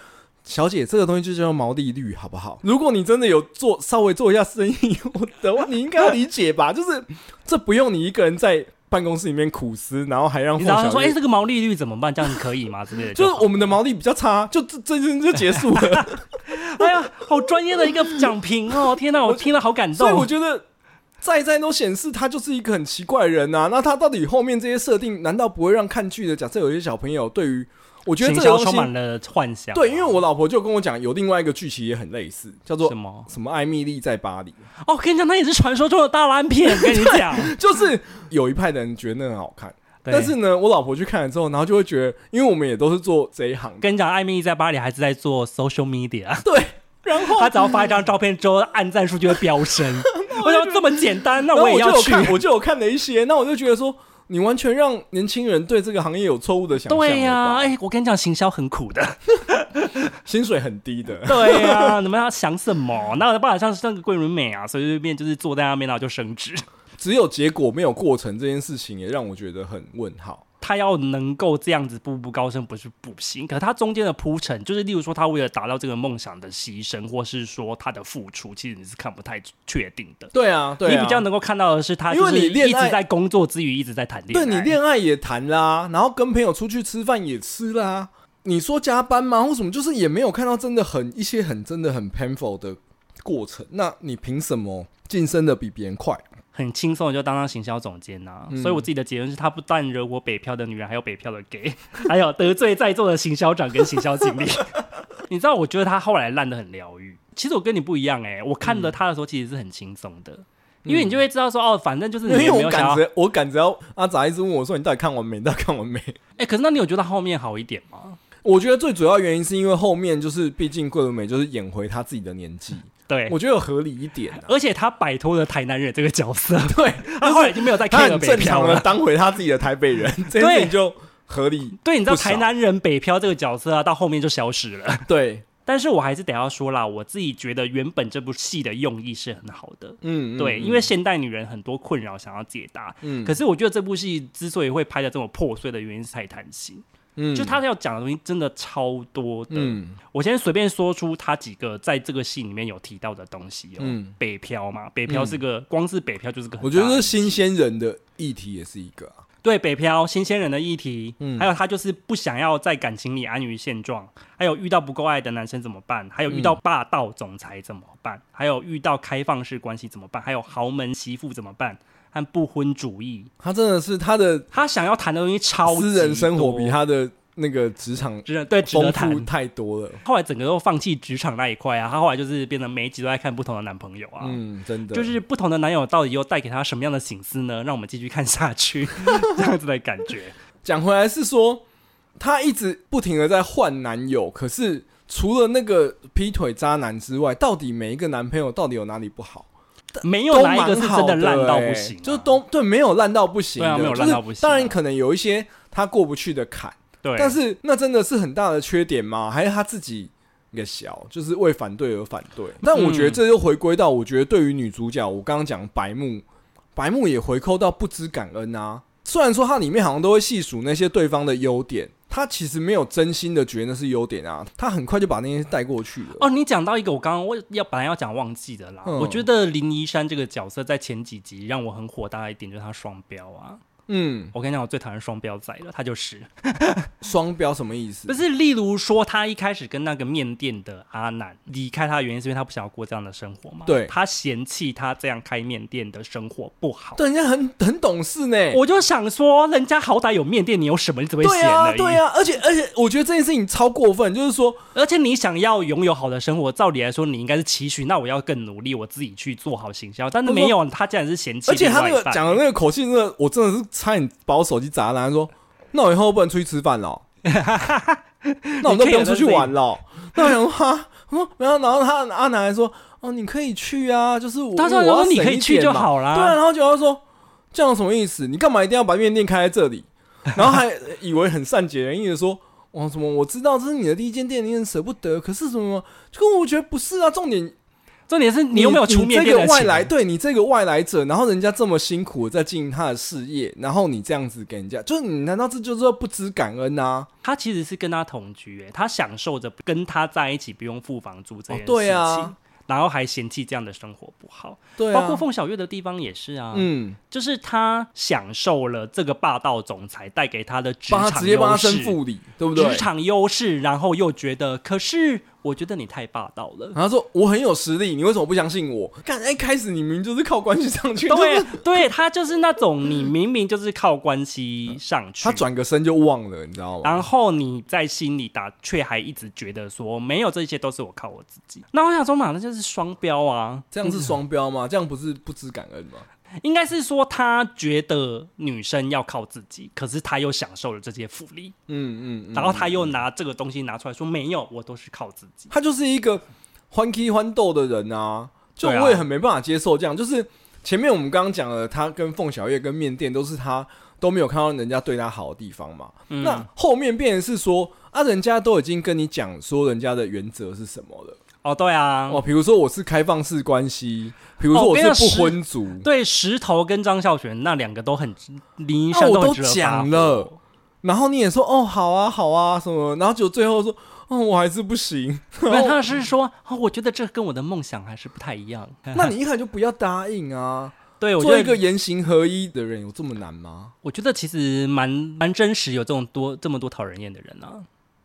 [SPEAKER 2] 小姐，这个东西就叫做毛利率，好不好？如果你真的有做稍微做一下生意我的话，你应该要理解吧？ 就是这不用你一个人在办公室里面苦思，然后还让
[SPEAKER 1] 你
[SPEAKER 2] 凤
[SPEAKER 1] 知道他
[SPEAKER 2] 小
[SPEAKER 1] 说，哎、
[SPEAKER 2] 岳
[SPEAKER 1] 这个毛利率怎么办？这样你可以吗？之类的，
[SPEAKER 2] 就是
[SPEAKER 1] 好
[SPEAKER 2] 我们的毛利比较差，就这这这就结束了。
[SPEAKER 1] 哎呀，好专业的一个讲评哦！天哪，我听了好感
[SPEAKER 2] 所以
[SPEAKER 1] 动。
[SPEAKER 2] 我
[SPEAKER 1] 哦
[SPEAKER 2] 觉得再战都显示他就是一个很奇怪的人呐、那他到底后面这些设定，难道不会让看剧的假设有些小朋友对于我觉得
[SPEAKER 1] 行
[SPEAKER 2] 这个
[SPEAKER 1] 销
[SPEAKER 2] 东
[SPEAKER 1] 充
[SPEAKER 2] 西
[SPEAKER 1] 满啊了幻想。
[SPEAKER 2] 对，因为我老婆就跟我讲，有另外一个剧其实也很类似，叫做
[SPEAKER 1] 什么？
[SPEAKER 2] 什么艾米丽在巴黎，
[SPEAKER 1] 哦，我跟你讲，那也是传说中的大烂片。我跟你 讲，
[SPEAKER 2] 就是有一派的人觉得那很好看，
[SPEAKER 1] 对
[SPEAKER 2] 但是呢，我老婆去看了之后，然后就会觉得，因为我们也都是做这一行的，
[SPEAKER 1] 跟你讲，艾米丽在巴黎还是在做 social media，
[SPEAKER 2] 对，然后
[SPEAKER 1] 她只要发一张照片之后，按赞数就会飙 升。我想这么简单，那
[SPEAKER 2] 然后
[SPEAKER 1] 也
[SPEAKER 2] 就
[SPEAKER 1] 要
[SPEAKER 2] 有
[SPEAKER 1] 去。
[SPEAKER 2] 看，我就有看了一些，那我就觉得说，你完全让年轻人对这个行业有错误的想象了吧，
[SPEAKER 1] 对呀、哎、我跟你讲，行销很苦 的。
[SPEAKER 2] 薪水很低的，
[SPEAKER 1] 对呀、你们要想什么？那我的爸爸像是那个桂纶镁啊，随随便便就是坐在那边，然后就升职。
[SPEAKER 2] 只有结果没有过程这件事情，也让我觉得很问号。
[SPEAKER 1] 他要能够这样子步步高升不是不行，可他中间的铺陈，就是例如说他为了达到这个梦想的牺牲，或是说他的付出，其实你是看不太确定的。
[SPEAKER 2] 对啊，对啊，
[SPEAKER 1] 你比较能够看到的是他，
[SPEAKER 2] 因为你恋爱
[SPEAKER 1] 一直在工作之余一直在谈恋
[SPEAKER 2] 对
[SPEAKER 1] 爱，
[SPEAKER 2] 你恋爱也谈啦，然后跟朋友出去吃饭也吃啦。你说加班吗？或什么？就是也没有看到真的很一些很真的很 painful 的过程。那你凭什么晋升的比别人快？
[SPEAKER 1] 很轻松的就当上行销总监呐、
[SPEAKER 2] 嗯
[SPEAKER 1] 所以我自己的结论是，他不但惹我北漂的女人，还有北漂的 gay，还 有得罪在座的行销长跟行销经 理。你知道，我觉得他后来烂得很疗愈。其实我跟你不一样哎、我
[SPEAKER 2] 嗯
[SPEAKER 1] 看着他的时候其实是很轻松的。因为你就会知道说哦，反正 就是你
[SPEAKER 2] 因
[SPEAKER 1] 也
[SPEAKER 2] 为
[SPEAKER 1] 没
[SPEAKER 2] 我
[SPEAKER 1] 有想
[SPEAKER 2] 赶
[SPEAKER 1] 要
[SPEAKER 2] 着我赶着要阿杂一直问我说：“你到底看完没？你到 底看完没
[SPEAKER 1] 哎、可是那你有觉得后面好一点吗？？”
[SPEAKER 2] 我觉得最主要原因是因为后面就是，毕竟桂纶镁就是演回她自己的年纪，
[SPEAKER 1] 对，
[SPEAKER 2] 我觉得有合理一点啊。
[SPEAKER 1] 而且他摆脱了台南人这个角色，
[SPEAKER 2] 对，
[SPEAKER 1] 他后来已经没有再
[SPEAKER 2] 他
[SPEAKER 1] 哎看了
[SPEAKER 2] 很
[SPEAKER 1] 北
[SPEAKER 2] 正
[SPEAKER 1] 漂
[SPEAKER 2] 常的
[SPEAKER 1] 了。
[SPEAKER 2] 当回他自己的台北 人，这件事情就合理。
[SPEAKER 1] 对，你知道
[SPEAKER 2] 不少
[SPEAKER 1] 台南人北漂这个角色啊，到后面就消失了。
[SPEAKER 2] 对，
[SPEAKER 1] 但是我还是得要说啦，我自己觉得原本这部戏的用意是很好的，
[SPEAKER 2] 嗯，嗯
[SPEAKER 1] 对，因为现代女人很多困扰想要解答。
[SPEAKER 2] 嗯，
[SPEAKER 1] 可是我觉得这部戏之所以会拍的这么破碎的原因是太贪心，
[SPEAKER 2] 嗯
[SPEAKER 1] 就他要讲的东西真的超多的。
[SPEAKER 2] 嗯
[SPEAKER 1] 我先随便说出他几个在这个戏里面有提到的东西哦。
[SPEAKER 2] 嗯，
[SPEAKER 1] 北漂嘛，北漂是个、光是北漂就是个很
[SPEAKER 2] 我觉
[SPEAKER 1] 大的
[SPEAKER 2] 得是新鲜人的议题也是一个啊、
[SPEAKER 1] 对北漂新鲜人的议题，
[SPEAKER 2] 嗯
[SPEAKER 1] 还有他就是不想要在感情里安于现状，还有遇到不够爱的男生怎么办，还有遇到霸道总裁怎么办，还有遇到开放式关系怎么办，还有豪门媳妇怎么办，和不婚主义，
[SPEAKER 2] 他真的是他的
[SPEAKER 1] 他想要谈的东西超级
[SPEAKER 2] 私人生活
[SPEAKER 1] 多
[SPEAKER 2] 比他的那个职场
[SPEAKER 1] 值得对值得
[SPEAKER 2] 丰
[SPEAKER 1] 谈
[SPEAKER 2] 富。太多了。
[SPEAKER 1] 后来整个都放弃职场那一块啊，他后来就是变成每一集都在看不同的男朋友啊，
[SPEAKER 2] 嗯，真的
[SPEAKER 1] 就是不同的男友到底又带给他什么样的醒思呢？让我们继续看下去， 这样子的感觉。
[SPEAKER 2] 讲回来是说，他一直不停的在换男友，可是除了那个劈腿渣男之外，到底每一个男朋友到底有哪里不好？
[SPEAKER 1] 没
[SPEAKER 2] 都
[SPEAKER 1] 有哪
[SPEAKER 2] 蛮
[SPEAKER 1] 一
[SPEAKER 2] 好
[SPEAKER 1] 个是真的烂到不
[SPEAKER 2] 欸
[SPEAKER 1] 行啊、
[SPEAKER 2] 就是都对没有烂到不行的，
[SPEAKER 1] 对啊没有烂到不
[SPEAKER 2] 就是
[SPEAKER 1] 行啊
[SPEAKER 2] 当然可能有一些他过不去的坎，
[SPEAKER 1] 对，
[SPEAKER 2] 但是那真的是很大的缺点吗？还是他自己个小，就是为反对而反对？但我觉得这又回归到，我觉得对于女主角，我刚刚讲白木，白木也回扣到不知感恩啊。虽然说它里面好像都会细数那些对方的优点，他其实没有真心的觉得那是优点啊，他很快就把那些带过去了。
[SPEAKER 1] 哦，你讲到一个我刚刚我要本来要讲忘记的啦，
[SPEAKER 2] 嗯
[SPEAKER 1] 我觉得林一山这个角色在前几集让我很火大的一点就是他双标啊，
[SPEAKER 2] 嗯，
[SPEAKER 1] 我跟你讲，我最讨厌双标仔了，他就是
[SPEAKER 2] 双标什么意思？
[SPEAKER 1] 不是，例如说他一开始跟那个面店的阿南离开他的原因是因为他不想要过这样的生活嘛，
[SPEAKER 2] 对
[SPEAKER 1] 他嫌弃他这样开面店的生活不好。
[SPEAKER 2] 对，人家很很懂事呢。
[SPEAKER 1] 我就想说，人家好歹有面店，你有什么？你怎么会
[SPEAKER 2] 对
[SPEAKER 1] 嫌而
[SPEAKER 2] 啊，
[SPEAKER 1] 已？
[SPEAKER 2] 对啊，而且而且，我觉得这件事情超过分，就是说，
[SPEAKER 1] 而且你想要拥有好的生活，照理来说你应该是期许，那我要更努力，我自己去做好行销。但是没有，他竟然是嫌弃
[SPEAKER 2] 而且
[SPEAKER 1] 另外一
[SPEAKER 2] 他
[SPEAKER 1] 半。
[SPEAKER 2] 那个讲的那个口气，真的，我真的是差点把我手机砸烂，说，那我以后不能出去吃饭了哦， 那我都不用出去玩了哦。那我想说哈，我说没有，然后他阿南还说，哦，你可以去啊，就是我，
[SPEAKER 1] 他说
[SPEAKER 2] 因为我
[SPEAKER 1] 他
[SPEAKER 2] 要
[SPEAKER 1] 说你
[SPEAKER 2] 省
[SPEAKER 1] 可以
[SPEAKER 2] 一
[SPEAKER 1] 去
[SPEAKER 2] 点
[SPEAKER 1] 就
[SPEAKER 2] 嘛啊
[SPEAKER 1] 好啦
[SPEAKER 2] 对啊，然后就要说。这样有什么意思？你干嘛一定要把面店开在这里？然 后还以为很善解人意的说，哇，什么我知道这是你的第一间店，你很舍不得，可是什么，就跟我觉得不是啊，重点
[SPEAKER 1] 重点是你有没有出面
[SPEAKER 2] 你这
[SPEAKER 1] 变
[SPEAKER 2] 个
[SPEAKER 1] 得
[SPEAKER 2] 外
[SPEAKER 1] 起
[SPEAKER 2] 来，对你这个外来者，然后人家这么辛苦地在经营他的事业，然后你这样子给人家，就是你难道这就是不知感恩啊？
[SPEAKER 1] 他其实是跟他同居、欸，他享受着跟他在一起不用付房租这件
[SPEAKER 2] 哦
[SPEAKER 1] 事，情，
[SPEAKER 2] 对啊，
[SPEAKER 1] 然后还嫌弃这样的生活不好，
[SPEAKER 2] 对啊，
[SPEAKER 1] 包括凤小月的地方也是啊，
[SPEAKER 2] 嗯，
[SPEAKER 1] 就是他享受了这个霸道总裁带给他的职
[SPEAKER 2] 帮
[SPEAKER 1] 场
[SPEAKER 2] 他直接帮他
[SPEAKER 1] 优势
[SPEAKER 2] 升副理，对不对？
[SPEAKER 1] 职场优势，然后又觉得，可是我觉得你太霸道了。
[SPEAKER 2] 然后说我很有实力，你为什么不相信我？干，一开始你明明就是靠关系上去，
[SPEAKER 1] 对啊
[SPEAKER 2] 就是，
[SPEAKER 1] 对他就是那种你明明就是靠关系上去，
[SPEAKER 2] 他转个身就忘了，你知道吗？
[SPEAKER 1] 然后你在心里打，却还一直觉得说没有这些都是我靠我自己。那我想说嘛，那就是双标啊，
[SPEAKER 2] 这样是双标吗？这样不是不知感恩吗？
[SPEAKER 1] 应该是说他觉得女生要靠自己，可是他又享受了这些福利，
[SPEAKER 2] 嗯嗯，嗯
[SPEAKER 1] 然后他又拿这个东西拿出来说没有，我都是靠自己。
[SPEAKER 2] 他就是一个欢 k 欢斗的人啊，就
[SPEAKER 1] 对啊
[SPEAKER 2] 我也很没办法接受这样。就是前面我们刚刚讲了，他跟凤小岳跟面店都是他都没有看到人家对他好的地方嘛。
[SPEAKER 1] 嗯
[SPEAKER 2] 那后面变成是说啊，人家都已经跟你讲说人家的原则是什么了
[SPEAKER 1] 哦，对啊，
[SPEAKER 2] 哦，比如说我是开放式关系，比如说
[SPEAKER 1] 哦
[SPEAKER 2] 我是
[SPEAKER 1] 变成
[SPEAKER 2] 不
[SPEAKER 1] 是
[SPEAKER 2] 婚族，
[SPEAKER 1] 对，石头跟张孝全那两个都很，你印
[SPEAKER 2] 那
[SPEAKER 1] 象
[SPEAKER 2] 我
[SPEAKER 1] 很
[SPEAKER 2] 都
[SPEAKER 1] 值得
[SPEAKER 2] 讲
[SPEAKER 1] 发
[SPEAKER 2] 了，然后你也说哦好啊好啊什么，然后就最后说哦我还是 不行，
[SPEAKER 1] 火，没有，他是说，哦，我觉得这跟我的梦想还是不太一样。
[SPEAKER 2] 那你一开始就不要答应啊。
[SPEAKER 1] 哎对我觉
[SPEAKER 2] 做
[SPEAKER 1] 得
[SPEAKER 2] 一个言行合一的人有这么难吗？
[SPEAKER 1] 我觉得其实蛮蛮真实，有这种多这么多讨人厌的人啊，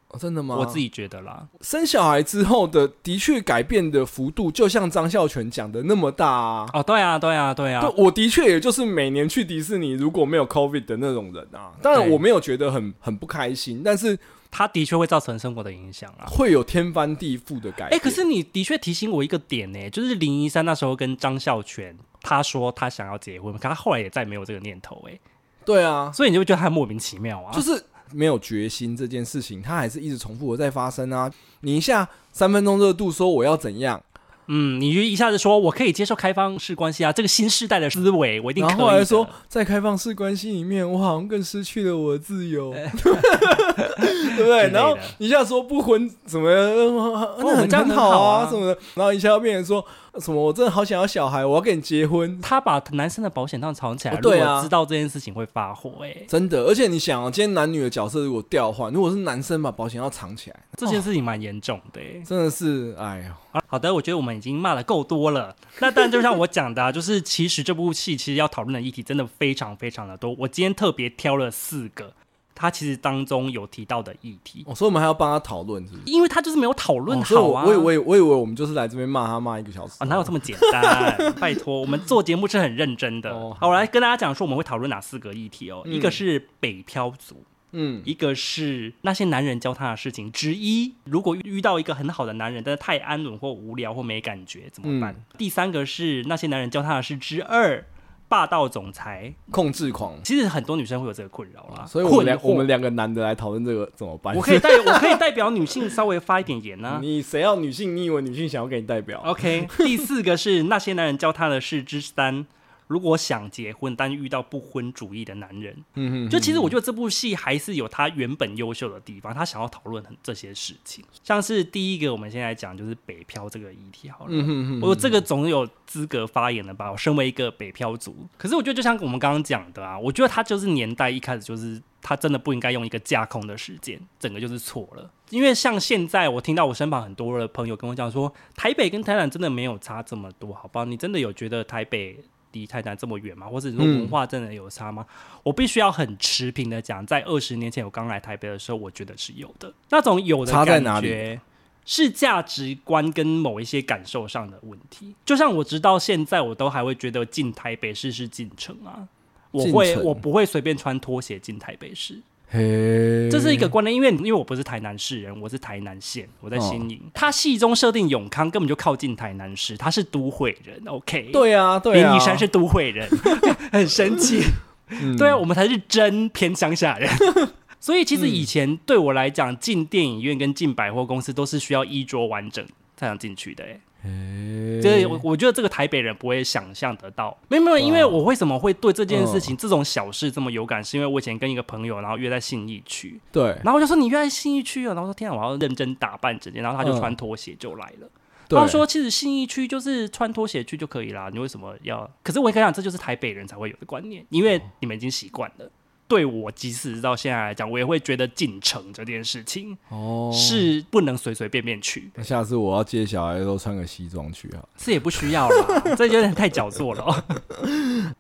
[SPEAKER 2] 哦，真的吗？
[SPEAKER 1] 我自己觉得啦。
[SPEAKER 2] 生小孩之后的的确改变的幅度，就像张孝全讲的那么大啊。
[SPEAKER 1] 哦，对啊，对啊，对啊
[SPEAKER 2] 对，，我的确也就是每年去迪士尼，如果没有 COVID 的那种人啊，当然
[SPEAKER 1] 对
[SPEAKER 2] 我没有觉得很很不开心，但是
[SPEAKER 1] 他的确会造成生活的影响啊。
[SPEAKER 2] 会有天翻地覆的改变。
[SPEAKER 1] 哎，可是你的确提醒我一个点呢、就是林一山那时候跟张孝全，他说他想要结婚，可他后来也再没有这个念头哎、
[SPEAKER 2] 对啊，
[SPEAKER 1] 所以你就会觉得他莫名其妙啊。
[SPEAKER 2] 就是没有决心这件事情，它还是一直重复的在发生啊。你一下三分钟热度说我要怎样，
[SPEAKER 1] 嗯，你就一下子说我可以接受开放式关系啊，这个新时代的思维我一定可
[SPEAKER 2] 然
[SPEAKER 1] 以
[SPEAKER 2] 后后来
[SPEAKER 1] 的
[SPEAKER 2] 说，在开放式关系里面，我好像更失去了我的自由， 对
[SPEAKER 1] 哎
[SPEAKER 2] 不
[SPEAKER 1] 之
[SPEAKER 2] 对？
[SPEAKER 1] 类的哦
[SPEAKER 2] 然后一下说不婚怎么，呃
[SPEAKER 1] 我
[SPEAKER 2] 那
[SPEAKER 1] 们
[SPEAKER 2] 很
[SPEAKER 1] 这样
[SPEAKER 2] 很
[SPEAKER 1] 很
[SPEAKER 2] 好
[SPEAKER 1] 好
[SPEAKER 2] 啊
[SPEAKER 1] 啊
[SPEAKER 2] 什么的，然后一下又变成说什么我真的好想要小孩，我要跟你结婚，
[SPEAKER 1] 他把男生的保险套藏起来，
[SPEAKER 2] 哦对啊
[SPEAKER 1] 如果知道这件事情会发火哎、
[SPEAKER 2] 真的。而且你想啊，今天男女的角色如果调换，如果是男生把保险要藏起来，
[SPEAKER 1] 这件事情蛮严重的、欸。
[SPEAKER 2] 真的是哎呦，
[SPEAKER 1] 好好的，我觉得我们已经骂的够多了。 那但就像我讲的、啊，就是其实这部戏其实要讨论的议题真的非常非常的多。我今天特别挑了四个，它其实当中有提到的议题，
[SPEAKER 2] 哦我、说我们还要帮他讨论，是不是？
[SPEAKER 1] 因为它就是没有讨论
[SPEAKER 2] 哦所以
[SPEAKER 1] 好
[SPEAKER 2] 我
[SPEAKER 1] 啊。
[SPEAKER 2] 我以为我以为我们就是来这边骂他骂一个小时
[SPEAKER 1] 啊，哪有这么简单？ 拜托，我们做节目是很认真的。
[SPEAKER 2] 哦
[SPEAKER 1] 好，我来跟大家讲说我们会讨论哪四个议题哦，
[SPEAKER 2] 嗯
[SPEAKER 1] 一个是北漂族，
[SPEAKER 2] 嗯
[SPEAKER 1] 一个是那些男人教他的事情之一。如果遇到一个很好的男人，但是太安稳或无聊或没感觉怎么办？
[SPEAKER 2] 嗯
[SPEAKER 1] 第三个是那些男人教他的事之二，霸道总裁。
[SPEAKER 2] 控制狂，
[SPEAKER 1] 其实很多女生会有这个困扰啦，
[SPEAKER 2] 所以
[SPEAKER 1] 啊
[SPEAKER 2] 我们
[SPEAKER 1] 困
[SPEAKER 2] 两
[SPEAKER 1] 惑
[SPEAKER 2] 我们两个男的来讨论这个怎么办？
[SPEAKER 1] 我可以代我可以代表女性稍微发一点言啊。
[SPEAKER 2] 你谁要女性？你以为女性想要给你代表？
[SPEAKER 1] OK，第四个是那些男人教他的事之三。如果想结婚，但遇到不婚主义的男人，
[SPEAKER 2] 嗯
[SPEAKER 1] 就其实我觉得这部戏还是有他原本优秀的地方，他想要讨论很这些事情，像是第一个我们先来讲就是北漂这个议题好了。
[SPEAKER 2] 嗯哼
[SPEAKER 1] 我这个总有资格发言了吧？我身为一个北漂族，可是我觉得就像我们刚刚讲的啊，我觉得他就是年代一开始就是他真的不应该用一个架空的时间，整个就是错了。因为像现在我听到我身旁很多的朋友跟我讲说，台北跟台南真的没有差这么多，好不好？你真的有觉得台北离台南这么远吗？或者你说
[SPEAKER 2] 嗯
[SPEAKER 1] 文化真的有差吗？我必须要很持平的讲，在二十年前我刚来台北的时候，我觉得是有的，那种有的
[SPEAKER 2] 差
[SPEAKER 1] 感
[SPEAKER 2] 在
[SPEAKER 1] 觉
[SPEAKER 2] 哪里
[SPEAKER 1] 是价值观跟某一些感受上的问题。就像我直到现在，我都还会觉得进台北市是进城啊，我
[SPEAKER 2] 进
[SPEAKER 1] 会
[SPEAKER 2] 城
[SPEAKER 1] 我不会随便穿拖鞋进台北市，
[SPEAKER 2] 嘿，
[SPEAKER 1] 这是一个观念，因为因为我不是台南市人，我是台南县，我在新
[SPEAKER 2] 哦
[SPEAKER 1] 营。他戏中设定永康根本就靠近台南市，他是都会人，OK？、
[SPEAKER 2] 对啊，对啊，
[SPEAKER 1] 林一山是都会人， 很神奇。
[SPEAKER 2] 嗯
[SPEAKER 1] 对啊，我们才是真偏乡下人。所以其实以前对我来讲，进电影院跟进百货公司都是需要衣着完整才能进去的、欸。
[SPEAKER 2] 嘿
[SPEAKER 1] 这我我觉得这个台北人不会想象得到。没有没有，因为我为什么会对这件事情、这种小事这么有感，是因为我以前跟一个朋友，然后约在信义区，
[SPEAKER 2] 对
[SPEAKER 1] 然后我就说你约在信义区哦，然后说天啊，我要认真打扮整件，然后他就穿拖鞋就来了。
[SPEAKER 2] 对，
[SPEAKER 1] 他说：“其实信义区就是穿拖鞋去就可以啦，你为什么要？可是我跟你讲，这就是台北人才会有的观念，因为你们已经习惯了。对我，即使到现在来讲，我也会觉得进城这件事情
[SPEAKER 2] 哦，
[SPEAKER 1] 是不能随随便便去，
[SPEAKER 2] 那下次我要接小孩都穿个西装去 啊。
[SPEAKER 1] 这也不需要啦， 这有点太矫作了 哦。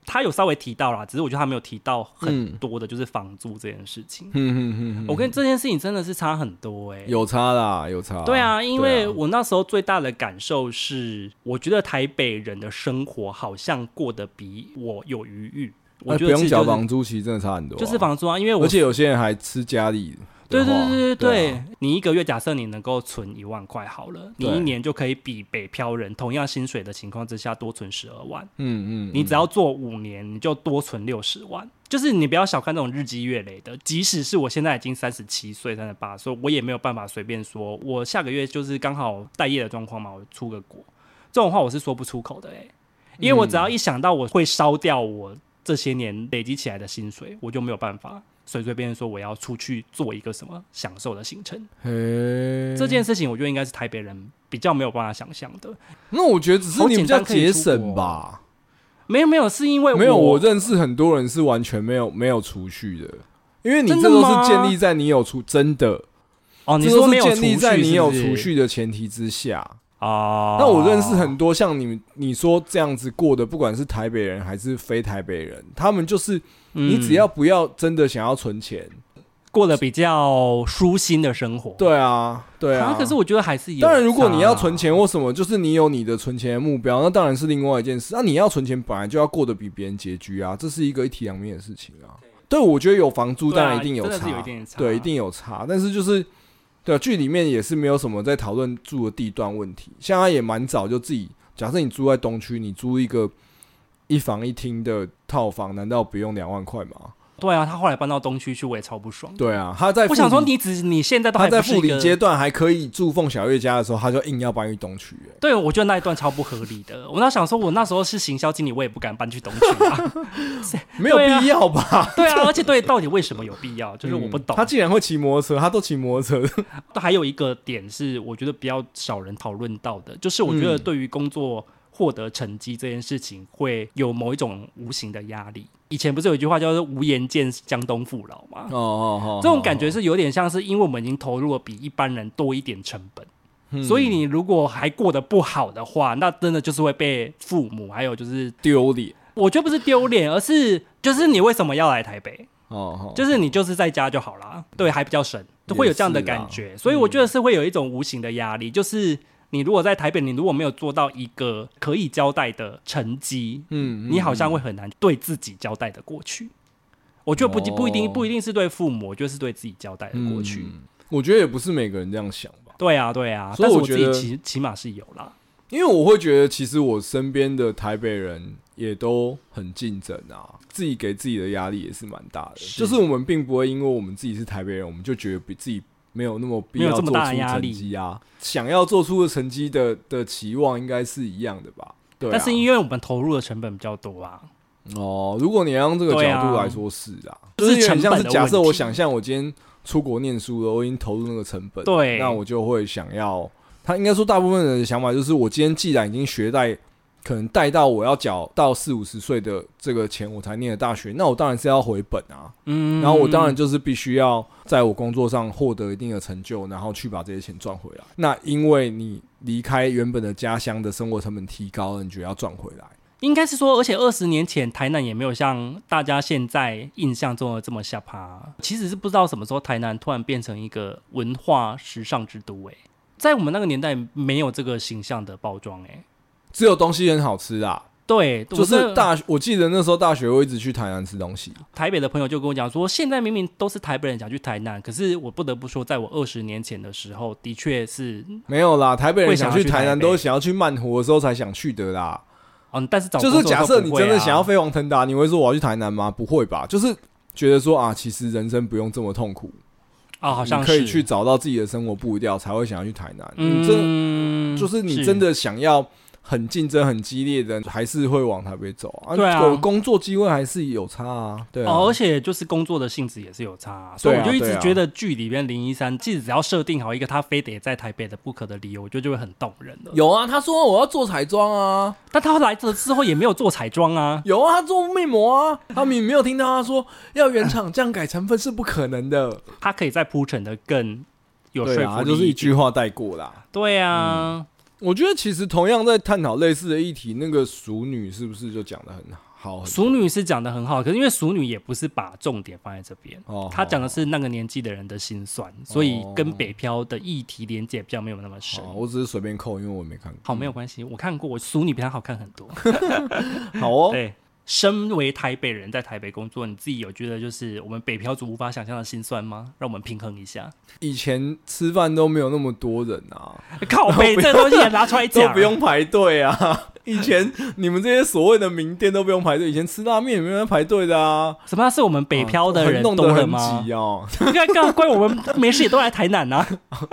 [SPEAKER 1] 他有稍微提到啦，只是我觉得他没有提到很多的，就是房租这件事情。
[SPEAKER 2] 嗯嗯嗯
[SPEAKER 1] 我跟这件事情真的是差很多哎、
[SPEAKER 2] 有差啦，有差。哎
[SPEAKER 1] 对啊，因为我那时候最大的感受是，我觉得台北人的生活好像过得比我有余裕。我
[SPEAKER 2] 哎
[SPEAKER 1] 觉得
[SPEAKER 2] 不用
[SPEAKER 1] 其实
[SPEAKER 2] 缴
[SPEAKER 1] 就是
[SPEAKER 2] 房租，其实真的差很多啊。
[SPEAKER 1] 就是房租啊，因为我
[SPEAKER 2] 而且有些人还吃家里的话。
[SPEAKER 1] 对对对对
[SPEAKER 2] 对
[SPEAKER 1] 对，
[SPEAKER 2] 啊，
[SPEAKER 1] 你一个月假设你能够存一万块好了，你
[SPEAKER 2] 对
[SPEAKER 1] 一年就可以比北漂人同样薪水的情况之下多存十二万。
[SPEAKER 2] 嗯嗯，
[SPEAKER 1] 你只要做五年，你就多存六十万。就是你不要小看这种日积月累的，即使是我现在已经三十七岁、三十八岁，我也没有办法随便说，我下个月就是刚好待业的状况嘛，我出个国，这种话我是说不出口的哎、因为我只要
[SPEAKER 2] 嗯
[SPEAKER 1] 一想到我会烧掉我这些年累积起来的薪水，我就没有办法随随便便说我要出去做一个什么享受的行程。
[SPEAKER 2] 嘿，
[SPEAKER 1] 这件事情我觉得应该是台北人比较没有办法想象的。
[SPEAKER 2] 那我觉得只是你比较节省
[SPEAKER 1] 好简单可以出国
[SPEAKER 2] 吧。
[SPEAKER 1] 没有没有，是因 为
[SPEAKER 2] 没有，
[SPEAKER 1] 我
[SPEAKER 2] 我认识很多人是完全没有没有储蓄的，因为你
[SPEAKER 1] 真
[SPEAKER 2] 这
[SPEAKER 1] 的
[SPEAKER 2] 都
[SPEAKER 1] 吗
[SPEAKER 2] 是建立在你有储真的，
[SPEAKER 1] 哦，你
[SPEAKER 2] 这
[SPEAKER 1] 说
[SPEAKER 2] 都
[SPEAKER 1] 没
[SPEAKER 2] 是
[SPEAKER 1] 有
[SPEAKER 2] 建立在你有
[SPEAKER 1] 储蓄是
[SPEAKER 2] 储
[SPEAKER 1] 不是
[SPEAKER 2] 蓄的前提之下。
[SPEAKER 1] 哦，
[SPEAKER 2] 那我认识很多像你们你说这样子过的，不管是台北人还是非台北人，他们就是
[SPEAKER 1] 嗯，
[SPEAKER 2] 你只要不要真的想要存钱，
[SPEAKER 1] 过得比较舒心的生活，
[SPEAKER 2] 对啊，对啊。
[SPEAKER 1] 可是我觉得还是有。啊
[SPEAKER 2] 当然，如果你要存，钱或什么，就是你有你的存钱的目标，那当然是另外一件事。那啊你要存钱，本来就要过得比别人拮据啊，这是一个一体两面的事情啊。对，我觉得有房租，
[SPEAKER 1] 对啊
[SPEAKER 2] 当然一定有
[SPEAKER 1] 真的
[SPEAKER 2] 差，
[SPEAKER 1] 是有一点差
[SPEAKER 2] 对，一定有差。但是就是，对、啊，剧里面也是没有什么在讨论住的地段问题。像他也蛮早就自己，假设你住在东区，你租一个一房一厅的套房，难道不用两万块吗？
[SPEAKER 1] 对啊，他后来搬到东区去，我也超不爽。
[SPEAKER 2] 对啊，他在
[SPEAKER 1] 嗯我想说，
[SPEAKER 2] 富里
[SPEAKER 1] 你只你现在都
[SPEAKER 2] 他
[SPEAKER 1] 还
[SPEAKER 2] 在
[SPEAKER 1] 不是
[SPEAKER 2] 富
[SPEAKER 1] 一
[SPEAKER 2] 里
[SPEAKER 1] 个
[SPEAKER 2] 阶段还可以住凤小月家的时候，他就硬要搬去东区、欸
[SPEAKER 1] 对，我觉得那一段超不合理的。我那想说，我那时候是行销经理，我也不敢搬去东区 啊。
[SPEAKER 2] 没有
[SPEAKER 1] 对啊
[SPEAKER 2] 必要吧？
[SPEAKER 1] 对啊，而且对，到底为什么有必要？就是我不
[SPEAKER 2] 嗯
[SPEAKER 1] 懂。啊
[SPEAKER 2] 他竟然会骑摩托车，他都骑摩托车。
[SPEAKER 1] 还有一个点是，我觉得比较少人讨论到的，就是我觉得
[SPEAKER 2] 嗯
[SPEAKER 1] 对于工作获得成绩这件事情，会有某一种无形的压力。以前不是有一句话叫做“无颜见江东父老”吗？
[SPEAKER 2] 哦哦哦
[SPEAKER 1] 这种感觉是有点像是，因为我们已经投入了比一般人多一点成本，
[SPEAKER 2] 嗯
[SPEAKER 1] 所以你如果还过得不好的话，那真的就是会被父母，还有就是，
[SPEAKER 2] 丢脸
[SPEAKER 1] 我觉得不是丢脸，而是就是你为什么要来台北？
[SPEAKER 2] 哦，
[SPEAKER 1] 就是你就是在家就好啦，对，还比较省，
[SPEAKER 2] 也
[SPEAKER 1] 会有这样的
[SPEAKER 2] 是
[SPEAKER 1] 感
[SPEAKER 2] 啦
[SPEAKER 1] 觉，所以我觉得是会有一种无形的压力，就是你如果在台北，你如果没有做到一个可以交代的成绩，
[SPEAKER 2] 嗯
[SPEAKER 1] 你好像会很难对自己交代的过去。我觉得不
[SPEAKER 2] 哦
[SPEAKER 1] 不一定不一定是对父母，我觉得是对自己交代的过去。
[SPEAKER 2] 嗯我觉得也不是每个人这样想吧，
[SPEAKER 1] 对啊，对啊，
[SPEAKER 2] 所以
[SPEAKER 1] 但是
[SPEAKER 2] 我
[SPEAKER 1] 我自
[SPEAKER 2] 觉
[SPEAKER 1] 己
[SPEAKER 2] 得
[SPEAKER 1] 起起码是有啦。
[SPEAKER 2] 因为我会觉得其实我身边的台北人也都很竞争啊，自己给自己的压力也是蛮大的。
[SPEAKER 1] 是
[SPEAKER 2] 就是我们并不会因为我们自己是台北人，我们就觉得比自己。没有那么必
[SPEAKER 1] 没有
[SPEAKER 2] 要
[SPEAKER 1] 这
[SPEAKER 2] 做
[SPEAKER 1] 么
[SPEAKER 2] 出
[SPEAKER 1] 大的压
[SPEAKER 2] 成
[SPEAKER 1] 力
[SPEAKER 2] 绩啊！想要做出的成绩的的期望应该是一样的吧？对、啊，
[SPEAKER 1] 但是因为我们投入的成本比较多啊，
[SPEAKER 2] 哦，如果你要用这个
[SPEAKER 1] 对
[SPEAKER 2] 角
[SPEAKER 1] 啊
[SPEAKER 2] 度来说是啦，
[SPEAKER 1] 就
[SPEAKER 2] 就是是有点像是
[SPEAKER 1] 啊成本的
[SPEAKER 2] 假设
[SPEAKER 1] 问题
[SPEAKER 2] 我想象我今天出国念书了，我已经投入那个成本，
[SPEAKER 1] 对
[SPEAKER 2] 那我就会想要，他应该说大部分人的想法就是，我今天既然已经学贷，可能贷到我要缴到四五十岁的这个钱，我才念的大学，那我当然是要回本啊，
[SPEAKER 1] 嗯，
[SPEAKER 2] 然后我当然就是必须要在我工作上获得一定的成就，然后去把这些钱赚回来。那因为你离开原本的家乡的生活成本提高了，你觉得要赚回来。
[SPEAKER 1] 应该是说，而且二十年前台南也没有像大家现在印象中的这么下趴。其实是不知道什么时候台南突然变成一个文化时尚之都、欸。在我们那个年代没有这个形象的包装、欸，
[SPEAKER 2] 只有东西很好吃啊啦，
[SPEAKER 1] 对，
[SPEAKER 2] 就
[SPEAKER 1] 我
[SPEAKER 2] 是
[SPEAKER 1] 这
[SPEAKER 2] 大，我记得那时候大学我一直去台南吃东西。
[SPEAKER 1] 台北的朋友就跟我讲说，现在明明都是台北人想去台南，可是我不得不说，在我二十年前的时候，的确是，
[SPEAKER 2] 没有啦，台北人
[SPEAKER 1] 会想
[SPEAKER 2] 想
[SPEAKER 1] 要去
[SPEAKER 2] 台
[SPEAKER 1] 台
[SPEAKER 2] 南
[SPEAKER 1] 北
[SPEAKER 2] 都是想要去曼湖的时候才想去的啦。
[SPEAKER 1] 嗯，但是找
[SPEAKER 2] 就
[SPEAKER 1] 工
[SPEAKER 2] 是
[SPEAKER 1] 作的时
[SPEAKER 2] 假
[SPEAKER 1] 候
[SPEAKER 2] 设
[SPEAKER 1] 不
[SPEAKER 2] 你
[SPEAKER 1] 会
[SPEAKER 2] 真的想要
[SPEAKER 1] 啊
[SPEAKER 2] 飞黄腾达，你会说我要去台南吗？不会吧，就是觉得说啊，其实人生不用这么痛苦，
[SPEAKER 1] 啊、好像
[SPEAKER 2] 你可以
[SPEAKER 1] 是
[SPEAKER 2] 去，找到自己的生活步调，才会想要去台南。你真的
[SPEAKER 1] 嗯，
[SPEAKER 2] 就是你真的想要很竞争、很激烈的，还是会往台北走啊。
[SPEAKER 1] 对啊
[SPEAKER 2] 有工作机会还是有差啊。对啊，
[SPEAKER 1] 哦，而且就是工作的性质也是有差啊、所以
[SPEAKER 2] 对
[SPEAKER 1] 我
[SPEAKER 2] 啊
[SPEAKER 1] 就一直
[SPEAKER 2] 对啊
[SPEAKER 1] 觉得剧里边林一山，即使只要设定好一个他非得在台北的不可的理由，我觉得就会很动人了。
[SPEAKER 2] 有啊，他说我要做彩妆啊，
[SPEAKER 1] 但他来这之后也没有做彩妆啊，
[SPEAKER 2] 有啊，他做面膜啊，他们也没有听到他说要原厂这样改成分是不可能的。
[SPEAKER 1] 他可以再铺陈的更有说
[SPEAKER 2] 对
[SPEAKER 1] 服
[SPEAKER 2] 啊，
[SPEAKER 1] 力。
[SPEAKER 2] 就是一句话带过啦。
[SPEAKER 1] 对啊，
[SPEAKER 2] 我觉得其实同样在探讨类似的议题，那个熟女是不是就讲的很好？很
[SPEAKER 1] 熟女是讲的很好，可是因为熟女也不是把重点放在这边。
[SPEAKER 2] 哦，
[SPEAKER 1] 她讲的
[SPEAKER 2] 好
[SPEAKER 1] 是那个年纪的人的心酸，所以跟北漂的议题连接比较没有那么深。
[SPEAKER 2] 哦好我只是随便扣，因为我没看过。
[SPEAKER 1] 好，没有关系，我看过，我熟女比她好看很多。
[SPEAKER 2] 好哦，
[SPEAKER 1] 对，身为台北人，在台北工作，你自己有觉得就是我们北漂族无法想象的心酸吗？让我们平衡一下。
[SPEAKER 2] 以前吃饭都没有那么多人啊，
[SPEAKER 1] 靠背这东西也拿出来
[SPEAKER 2] 都
[SPEAKER 1] 讲，
[SPEAKER 2] 不用排队啊。 以前你们这些所谓的名店都不用排队，以前吃拉面也没有人排队的啊。
[SPEAKER 1] 什么是我们北漂的人
[SPEAKER 2] 弄
[SPEAKER 1] 多
[SPEAKER 2] 得
[SPEAKER 1] 了
[SPEAKER 2] 很
[SPEAKER 1] 吗？
[SPEAKER 2] 挤哦，
[SPEAKER 1] 应该怪怪我们没事也都来台南啊。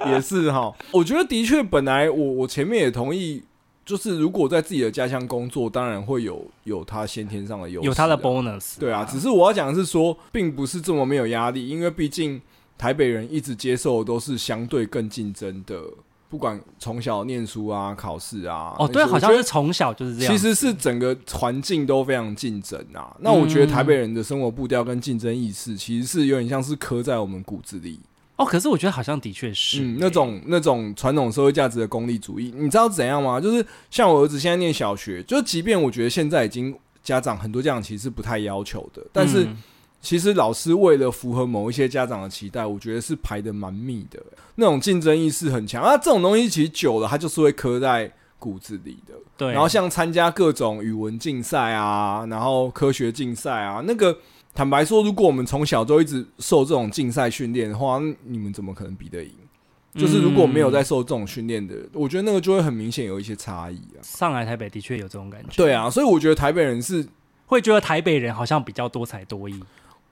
[SPEAKER 2] 也是哈。我觉得的确，本来我我前面也同意，就是如果在自己的家乡工作，当然会有有他先天上的优势 啊，
[SPEAKER 1] 有他的 bonus。
[SPEAKER 2] 对啊，只是我要讲的是说，并不是这么没有压力，因为毕竟台北人一直接受的都是相对更竞争的，不管从小念书啊、考试啊，
[SPEAKER 1] 哦，对，
[SPEAKER 2] 那些
[SPEAKER 1] 好像
[SPEAKER 2] 我觉
[SPEAKER 1] 是从小就是这
[SPEAKER 2] 得
[SPEAKER 1] 样。
[SPEAKER 2] 其实是整个环境都非常竞争啊。那我
[SPEAKER 1] 嗯
[SPEAKER 2] 觉得台北人的生活步调跟竞争意识，其实是有点像是刻在我们骨子里，
[SPEAKER 1] 哦，可是我觉得好像的确是、
[SPEAKER 2] 嗯，那种那种传统社会价值的功利主义，你知道怎样吗？就是像我儿子现在念小学，就即便我觉得现在已经家长很多家长其实是不太要求的，但是。
[SPEAKER 1] 嗯
[SPEAKER 2] 其实老师为了符合某一些家长的期待，我觉得是排的蛮密的、那种竞争意识很强啊。这种东西其实久了，它就是会刻在骨子里的。
[SPEAKER 1] 对，
[SPEAKER 2] 然后像参加各种语文竞赛啊，然后科学竞赛啊，那个坦白说，如果我们从小就一直受这种竞赛训练的话，你们怎么可能比得赢？就是如果没有在受这种训练的，
[SPEAKER 1] 嗯
[SPEAKER 2] 我觉得那个就会很明显有一些差异啊。
[SPEAKER 1] 上海、台北的确有这种感觉。
[SPEAKER 2] 对，啊，所以我觉得台北人是
[SPEAKER 1] 会觉得台北人好像比较多才多艺。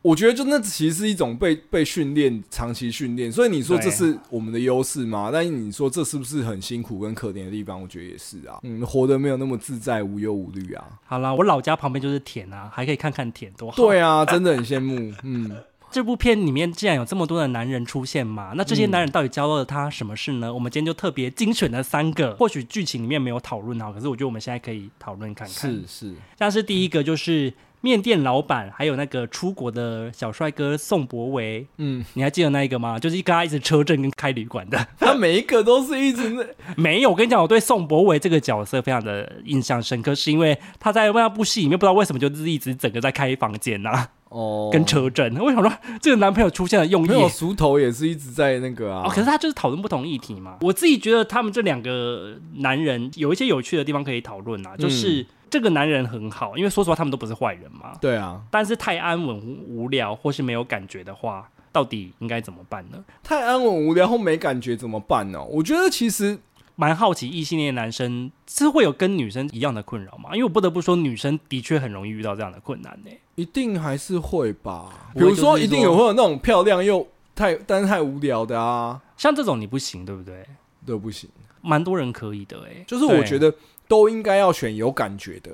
[SPEAKER 2] 我觉得就那其实是一种被被训练、长期训练，所以你说这是我们的优势吗？但你说这是不是很辛苦跟可怜的地方？我觉得也是啊，嗯，活得没有那么自在、无忧无 虑啊。
[SPEAKER 1] 好啦，我老家旁边就是田啊，还可以看看田，多好。
[SPEAKER 2] 对啊，真的很羡慕。嗯，
[SPEAKER 1] 这部片里面既然有这么多的男人出现嘛，那这些男人到底教了他什么事呢？我们今天就特别精选了三个，或许剧情里面没有讨论啊好，可是我觉得我们现在可以讨论看看。，
[SPEAKER 2] 是，
[SPEAKER 1] 像是第一个就是面店老板，还有那个出国的小帅哥宋博维，
[SPEAKER 2] 嗯，
[SPEAKER 1] 你还记得那一个吗？就是跟他一直车震跟开旅馆的。
[SPEAKER 2] 他每一个都是一直那
[SPEAKER 1] 没有，我跟你讲，我对宋博伟这个角色非常的印象深刻，是因为他在那部戏里面不知道为什么就是一直整个在开房间呐、啊，
[SPEAKER 2] 哦
[SPEAKER 1] 跟车震。我想说，这个男朋友出现的用意
[SPEAKER 2] 没有熟头也是一直在那个啊。
[SPEAKER 1] 哦，可是他就是讨论不同议题嘛。我自己觉得他们这两个男人有一些有趣的地方可以讨论
[SPEAKER 2] 嗯
[SPEAKER 1] 啊，就是这个男人很好，因为说实话他们都不是坏人嘛。
[SPEAKER 2] 对啊，
[SPEAKER 1] 但是太安稳无聊或是没有感觉的话，到底应该怎么办呢？
[SPEAKER 2] 太安稳无聊后没感觉怎么办呢、我觉得其实
[SPEAKER 1] 蛮好奇异性恋男生是会有跟女生一样的困扰吗？因为我不得不说，女生的确很容易遇到这样的困难呢、
[SPEAKER 2] 一定还是会吧，
[SPEAKER 1] 不
[SPEAKER 2] 比
[SPEAKER 1] 会
[SPEAKER 2] 如说
[SPEAKER 1] 就是
[SPEAKER 2] 一定
[SPEAKER 1] 说
[SPEAKER 2] 有会有那种漂亮又太但是太无聊的啊，
[SPEAKER 1] 像这种你不行，对不对？
[SPEAKER 2] 都不行。
[SPEAKER 1] 蛮多人可以的哎、
[SPEAKER 2] 就是我觉
[SPEAKER 1] 得
[SPEAKER 2] 得都应该要选有感觉的，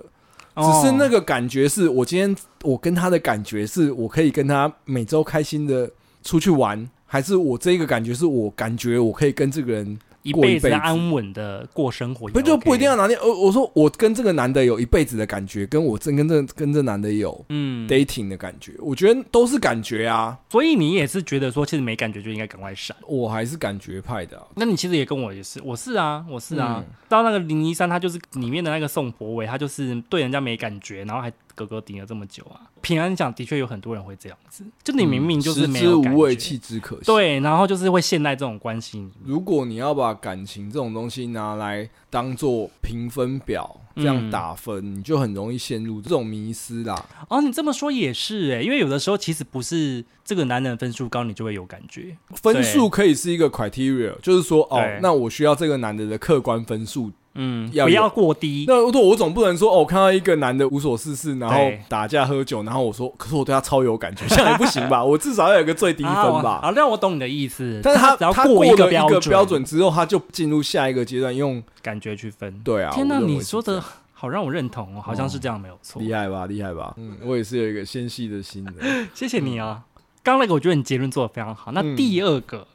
[SPEAKER 2] 只是那
[SPEAKER 1] 哦
[SPEAKER 2] 个感觉是我今天我跟他的感觉是我可以跟他每周开心的出去玩，还是我这个感觉是我感觉我可以跟这个人，
[SPEAKER 1] 一
[SPEAKER 2] 过一
[SPEAKER 1] 辈子
[SPEAKER 2] 辈子
[SPEAKER 1] 安稳的过生活也 OK、
[SPEAKER 2] 不就不一定要拿捏。呃，我说我跟这个男的有一辈子的感觉，跟我真跟这跟这男的有
[SPEAKER 1] 嗯，
[SPEAKER 2] dating 的感觉，我觉得都是感觉啊，
[SPEAKER 1] 所以你也是觉得说，其实没感觉就应该赶快闪。
[SPEAKER 2] 我还是感觉派的啊、
[SPEAKER 1] 那你其实也跟我也是，我是啊，我是啊。
[SPEAKER 2] 嗯
[SPEAKER 1] 到那个零一三，他就是里面的那个宋博伟，他就是对人家没感觉，然后还格格顶了这么久啊。平安讲，的确有很多人会这样子，就你明明就是
[SPEAKER 2] 嗯食
[SPEAKER 1] 没
[SPEAKER 2] 之
[SPEAKER 1] 有感
[SPEAKER 2] 无味，
[SPEAKER 1] 觉，
[SPEAKER 2] 弃之可惜。
[SPEAKER 1] 对，然后就是会陷在这种关系里面。
[SPEAKER 2] 如果你要把感情这种东西拿来当做评分表，
[SPEAKER 1] 嗯
[SPEAKER 2] 这样打分，你就很容易陷入这种迷失啦。
[SPEAKER 1] 哦，你这么说也是哎、因为有的时候其实不是这个男人分数高，你就会有感觉。
[SPEAKER 2] 分数可以是一个 criteria，就是说哦
[SPEAKER 1] 对，
[SPEAKER 2] 那我需要这个男的的客观分数。
[SPEAKER 1] 嗯，
[SPEAKER 2] 要
[SPEAKER 1] 不
[SPEAKER 2] 有
[SPEAKER 1] 要过低。
[SPEAKER 2] 那我我总不能说哦，我看到一个男的无所事事，然后
[SPEAKER 1] 对
[SPEAKER 2] 打架喝酒，然后我说，可是我对他超有感觉，这样也不行吧？我至少要有一个最低分
[SPEAKER 1] 啊我
[SPEAKER 2] 吧。
[SPEAKER 1] 啊，那我懂你的意思。
[SPEAKER 2] 但是
[SPEAKER 1] 他
[SPEAKER 2] 他
[SPEAKER 1] 只要
[SPEAKER 2] 他
[SPEAKER 1] 过一
[SPEAKER 2] 了
[SPEAKER 1] 标
[SPEAKER 2] 一个标准之后，他就进入下一个阶段，用
[SPEAKER 1] 感觉去分。
[SPEAKER 2] 对啊。
[SPEAKER 1] 天
[SPEAKER 2] 哪，
[SPEAKER 1] 你说的好让我认同哦，好像是这样没有错。
[SPEAKER 2] 厉害吧，厉害吧？嗯，我也是有一个纤细的心的。
[SPEAKER 1] 谢谢你啊。
[SPEAKER 2] 嗯
[SPEAKER 1] 刚刚那个我觉得你结论做的非常好。那第二个，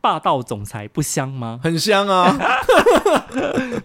[SPEAKER 1] 霸道总裁不香吗？
[SPEAKER 2] 很 香啊，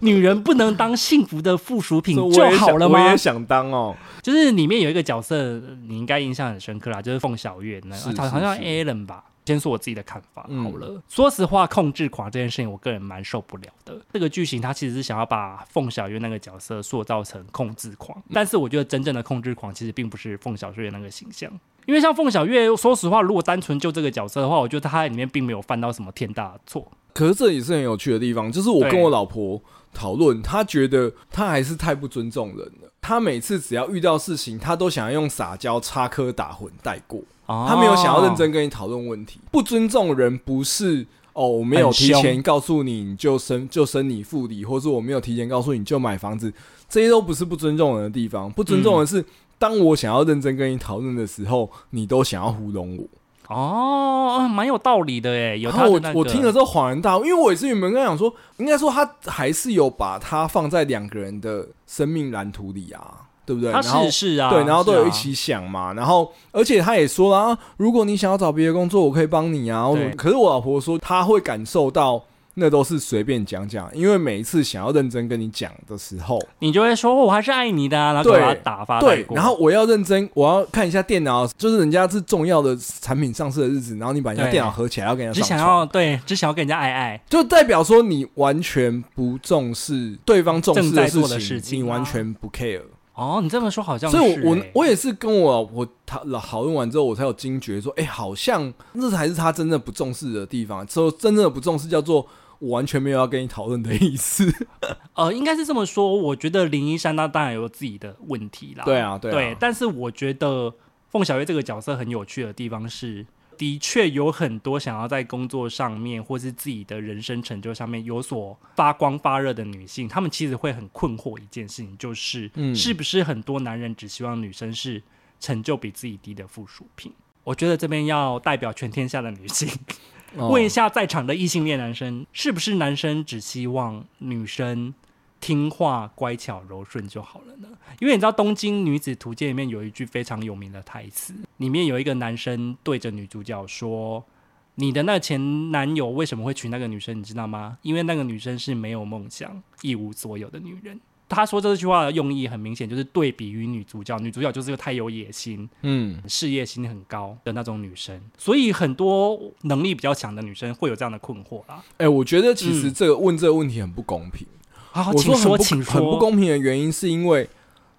[SPEAKER 1] 女人不能当幸福的附属品
[SPEAKER 2] 说我
[SPEAKER 1] 就
[SPEAKER 2] 也
[SPEAKER 1] 好
[SPEAKER 2] 想
[SPEAKER 1] 了
[SPEAKER 2] 我
[SPEAKER 1] 吗
[SPEAKER 2] 也？想当哦，
[SPEAKER 1] 就是里面有一个角色，你应该印象很深刻啦，就是凤小月呢，
[SPEAKER 2] 是
[SPEAKER 1] 啊好好像
[SPEAKER 2] 是是
[SPEAKER 1] Alan 吧。先说我自己的看法
[SPEAKER 2] 嗯
[SPEAKER 1] 好了。说实话，控制狂这件事情，我个人蛮受不了的。这个剧情它其实是想要把凤小月那个角色塑造成控制狂，但是我觉得真正的控制狂其实并不是凤小月那个形象。因为像凤小月，说实话，如果单纯就这个角色的话，我觉得她在里面并没有犯到什么天大的错。
[SPEAKER 2] 可是这也是很有趣的地方，就是我跟
[SPEAKER 1] 对
[SPEAKER 2] 我老婆讨论，她觉得她还是太不尊重人了。她每次只要遇到事情，她都想要用撒娇、插科打诨带过，
[SPEAKER 1] 哦
[SPEAKER 2] 她没有想要认真跟你讨论问题。不尊重人不是哦，我没有
[SPEAKER 1] 很
[SPEAKER 2] 提
[SPEAKER 1] 凶
[SPEAKER 2] 前告诉你，你就生就生你父理，或是我没有提前告诉你就买房子，这些都不是不尊重人的地方。不尊重人是、当我想要认真跟你讨论的时候，你都想要糊弄我。
[SPEAKER 1] 哦，蛮有道理的诶，有
[SPEAKER 2] 然
[SPEAKER 1] 她
[SPEAKER 2] 后
[SPEAKER 1] 的
[SPEAKER 2] 啊
[SPEAKER 1] 那
[SPEAKER 2] 我
[SPEAKER 1] 个
[SPEAKER 2] 我听了之后恍然大悟，因为我也是原本跟他讲说，应该说他还是有把他放在两个人的生命蓝图里啊，对不对？
[SPEAKER 1] 他
[SPEAKER 2] 然后
[SPEAKER 1] 是是啊，
[SPEAKER 2] 对，然后都
[SPEAKER 1] 是
[SPEAKER 2] 有
[SPEAKER 1] 啊
[SPEAKER 2] 一起想嘛，然后而且他也说了、啊，如果你想要找别的工作，我可以帮你啊。我
[SPEAKER 1] 对
[SPEAKER 2] 可是我老婆说，她会感受到那都是随便讲讲，因为每一次想要认真跟你讲的时候，
[SPEAKER 1] 你就会说，哦我还是爱你的、啊，然后就
[SPEAKER 2] 对
[SPEAKER 1] 把它打发带
[SPEAKER 2] 对，
[SPEAKER 1] 过
[SPEAKER 2] 然后我要认真，我要看一下电脑，就是人家是重要的产品上市的日子，然后你把人家
[SPEAKER 1] 对
[SPEAKER 2] 电脑合起来，要跟人
[SPEAKER 1] 只
[SPEAKER 2] 家上
[SPEAKER 1] 想
[SPEAKER 2] 床
[SPEAKER 1] 要对，只想要跟人家爱爱，
[SPEAKER 2] 就代表说你完全不重视对方重视
[SPEAKER 1] 正在做的
[SPEAKER 2] 事
[SPEAKER 1] 事情
[SPEAKER 2] 你
[SPEAKER 1] 啊
[SPEAKER 2] 完全不 care。
[SPEAKER 1] 哦，你这么说好像是、
[SPEAKER 2] 所以我，我
[SPEAKER 1] 欸
[SPEAKER 2] 我也是跟我老婆讨讨论完之后，我才有惊觉说，哎、好像那才是他真正不重视的地方。之后真正的不重视叫做我完全没有要跟你讨论的 意思。
[SPEAKER 1] 呃，应该是这么说。我觉得林一山他当然有自己的问题啦，
[SPEAKER 2] 对啊，对啊，
[SPEAKER 1] 对，但是我觉得凤小岳这个角色很有趣的地方是，的确有很多想要在工作上面或是自己的人生成就上面有所发光发热的女性，她们其实会很困惑一件事情，就是、
[SPEAKER 2] 嗯
[SPEAKER 1] 是不是很多男人只希望女生是成就比自己低的附属品？我觉得这边要代表全天下的女性，
[SPEAKER 2] 哦
[SPEAKER 1] 问一下在场的异性恋男生，是不是男生只希望女生听话、乖巧、柔顺就好了呢？因为你知道《东京女子图鉴》里面有一句非常有名的台词，里面有一个男生对着女主角说：“你的那前男友为什么会娶那个女生？你知道吗？因为那个女生是没有梦想、一无所有的女人。”他说这句话的用意很明显，就是对比于女主角，女主角就是个太有野心，
[SPEAKER 2] 嗯，
[SPEAKER 1] 事业心很高的那种女生，所以很多能力比较强的女生会有这样的困惑啦。
[SPEAKER 2] 哎、我觉得其实
[SPEAKER 1] 嗯
[SPEAKER 2] 这个、问这个问题很不公平。
[SPEAKER 1] 好，
[SPEAKER 2] 我
[SPEAKER 1] 啊请
[SPEAKER 2] 啊说很不
[SPEAKER 1] 请说，
[SPEAKER 2] 很不公平的原因是因为，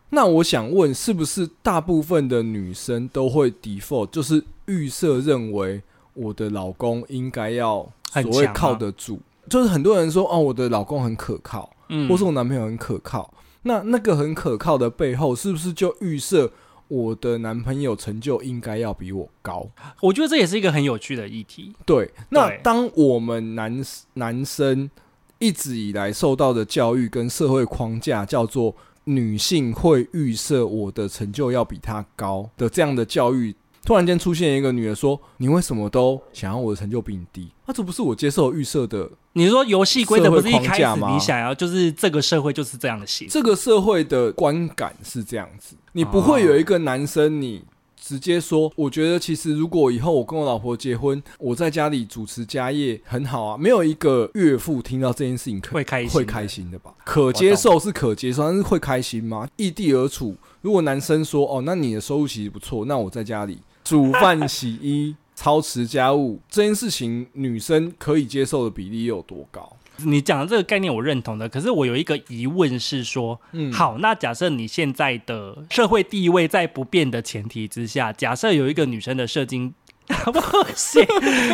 [SPEAKER 2] 那我想问，是不是大部分的女生都会 default，就是预设认为我的老公应该要
[SPEAKER 1] 很
[SPEAKER 2] 所谓
[SPEAKER 1] 强啊
[SPEAKER 2] 靠得住，就是很多人说哦，我的老公很可靠，
[SPEAKER 1] 嗯
[SPEAKER 2] 或是我男朋友很可靠。那那个很可靠的背后，是不是就预设我的男朋友成就应该要比我高？
[SPEAKER 1] 我觉得这也是一个很有趣的议题。
[SPEAKER 2] 对，那
[SPEAKER 1] 对
[SPEAKER 2] 当我们男 s- 男生一直以来受到的教育跟社会框架叫做女性会预设我的成就要比她高的这样的教育，突然间出现一个女的说：“你为什么都想要我的成就比你低？”那、这不是我接受预设的，
[SPEAKER 1] 你说游戏规则不是一开
[SPEAKER 2] 社会
[SPEAKER 1] 始
[SPEAKER 2] 框架吗
[SPEAKER 1] 你想要，就是这个社会就是这样的写，
[SPEAKER 2] 这个社会的观感是这样子。你不会有一个男生你。直接
[SPEAKER 1] 哦
[SPEAKER 2] 说，我觉得其实如果以后我跟我老婆结婚，我在家里主持家业很好啊。没有一个岳父听到这件事情可
[SPEAKER 1] 会开心，
[SPEAKER 2] 会开。心的吧？可接受是可接受，但是会开心吗？异地而处，如果男生说哦，那你的收入其实不错，那我在家里煮饭、洗衣、操持家务这件事情，女生可以接受的比例又有多高？
[SPEAKER 1] 你讲的这个概念我认同的，可是我有一个疑问是说，
[SPEAKER 2] 嗯，
[SPEAKER 1] 好，那假设你现在的社会地位在不变的前提之下，假设有一个女生的社经 不行。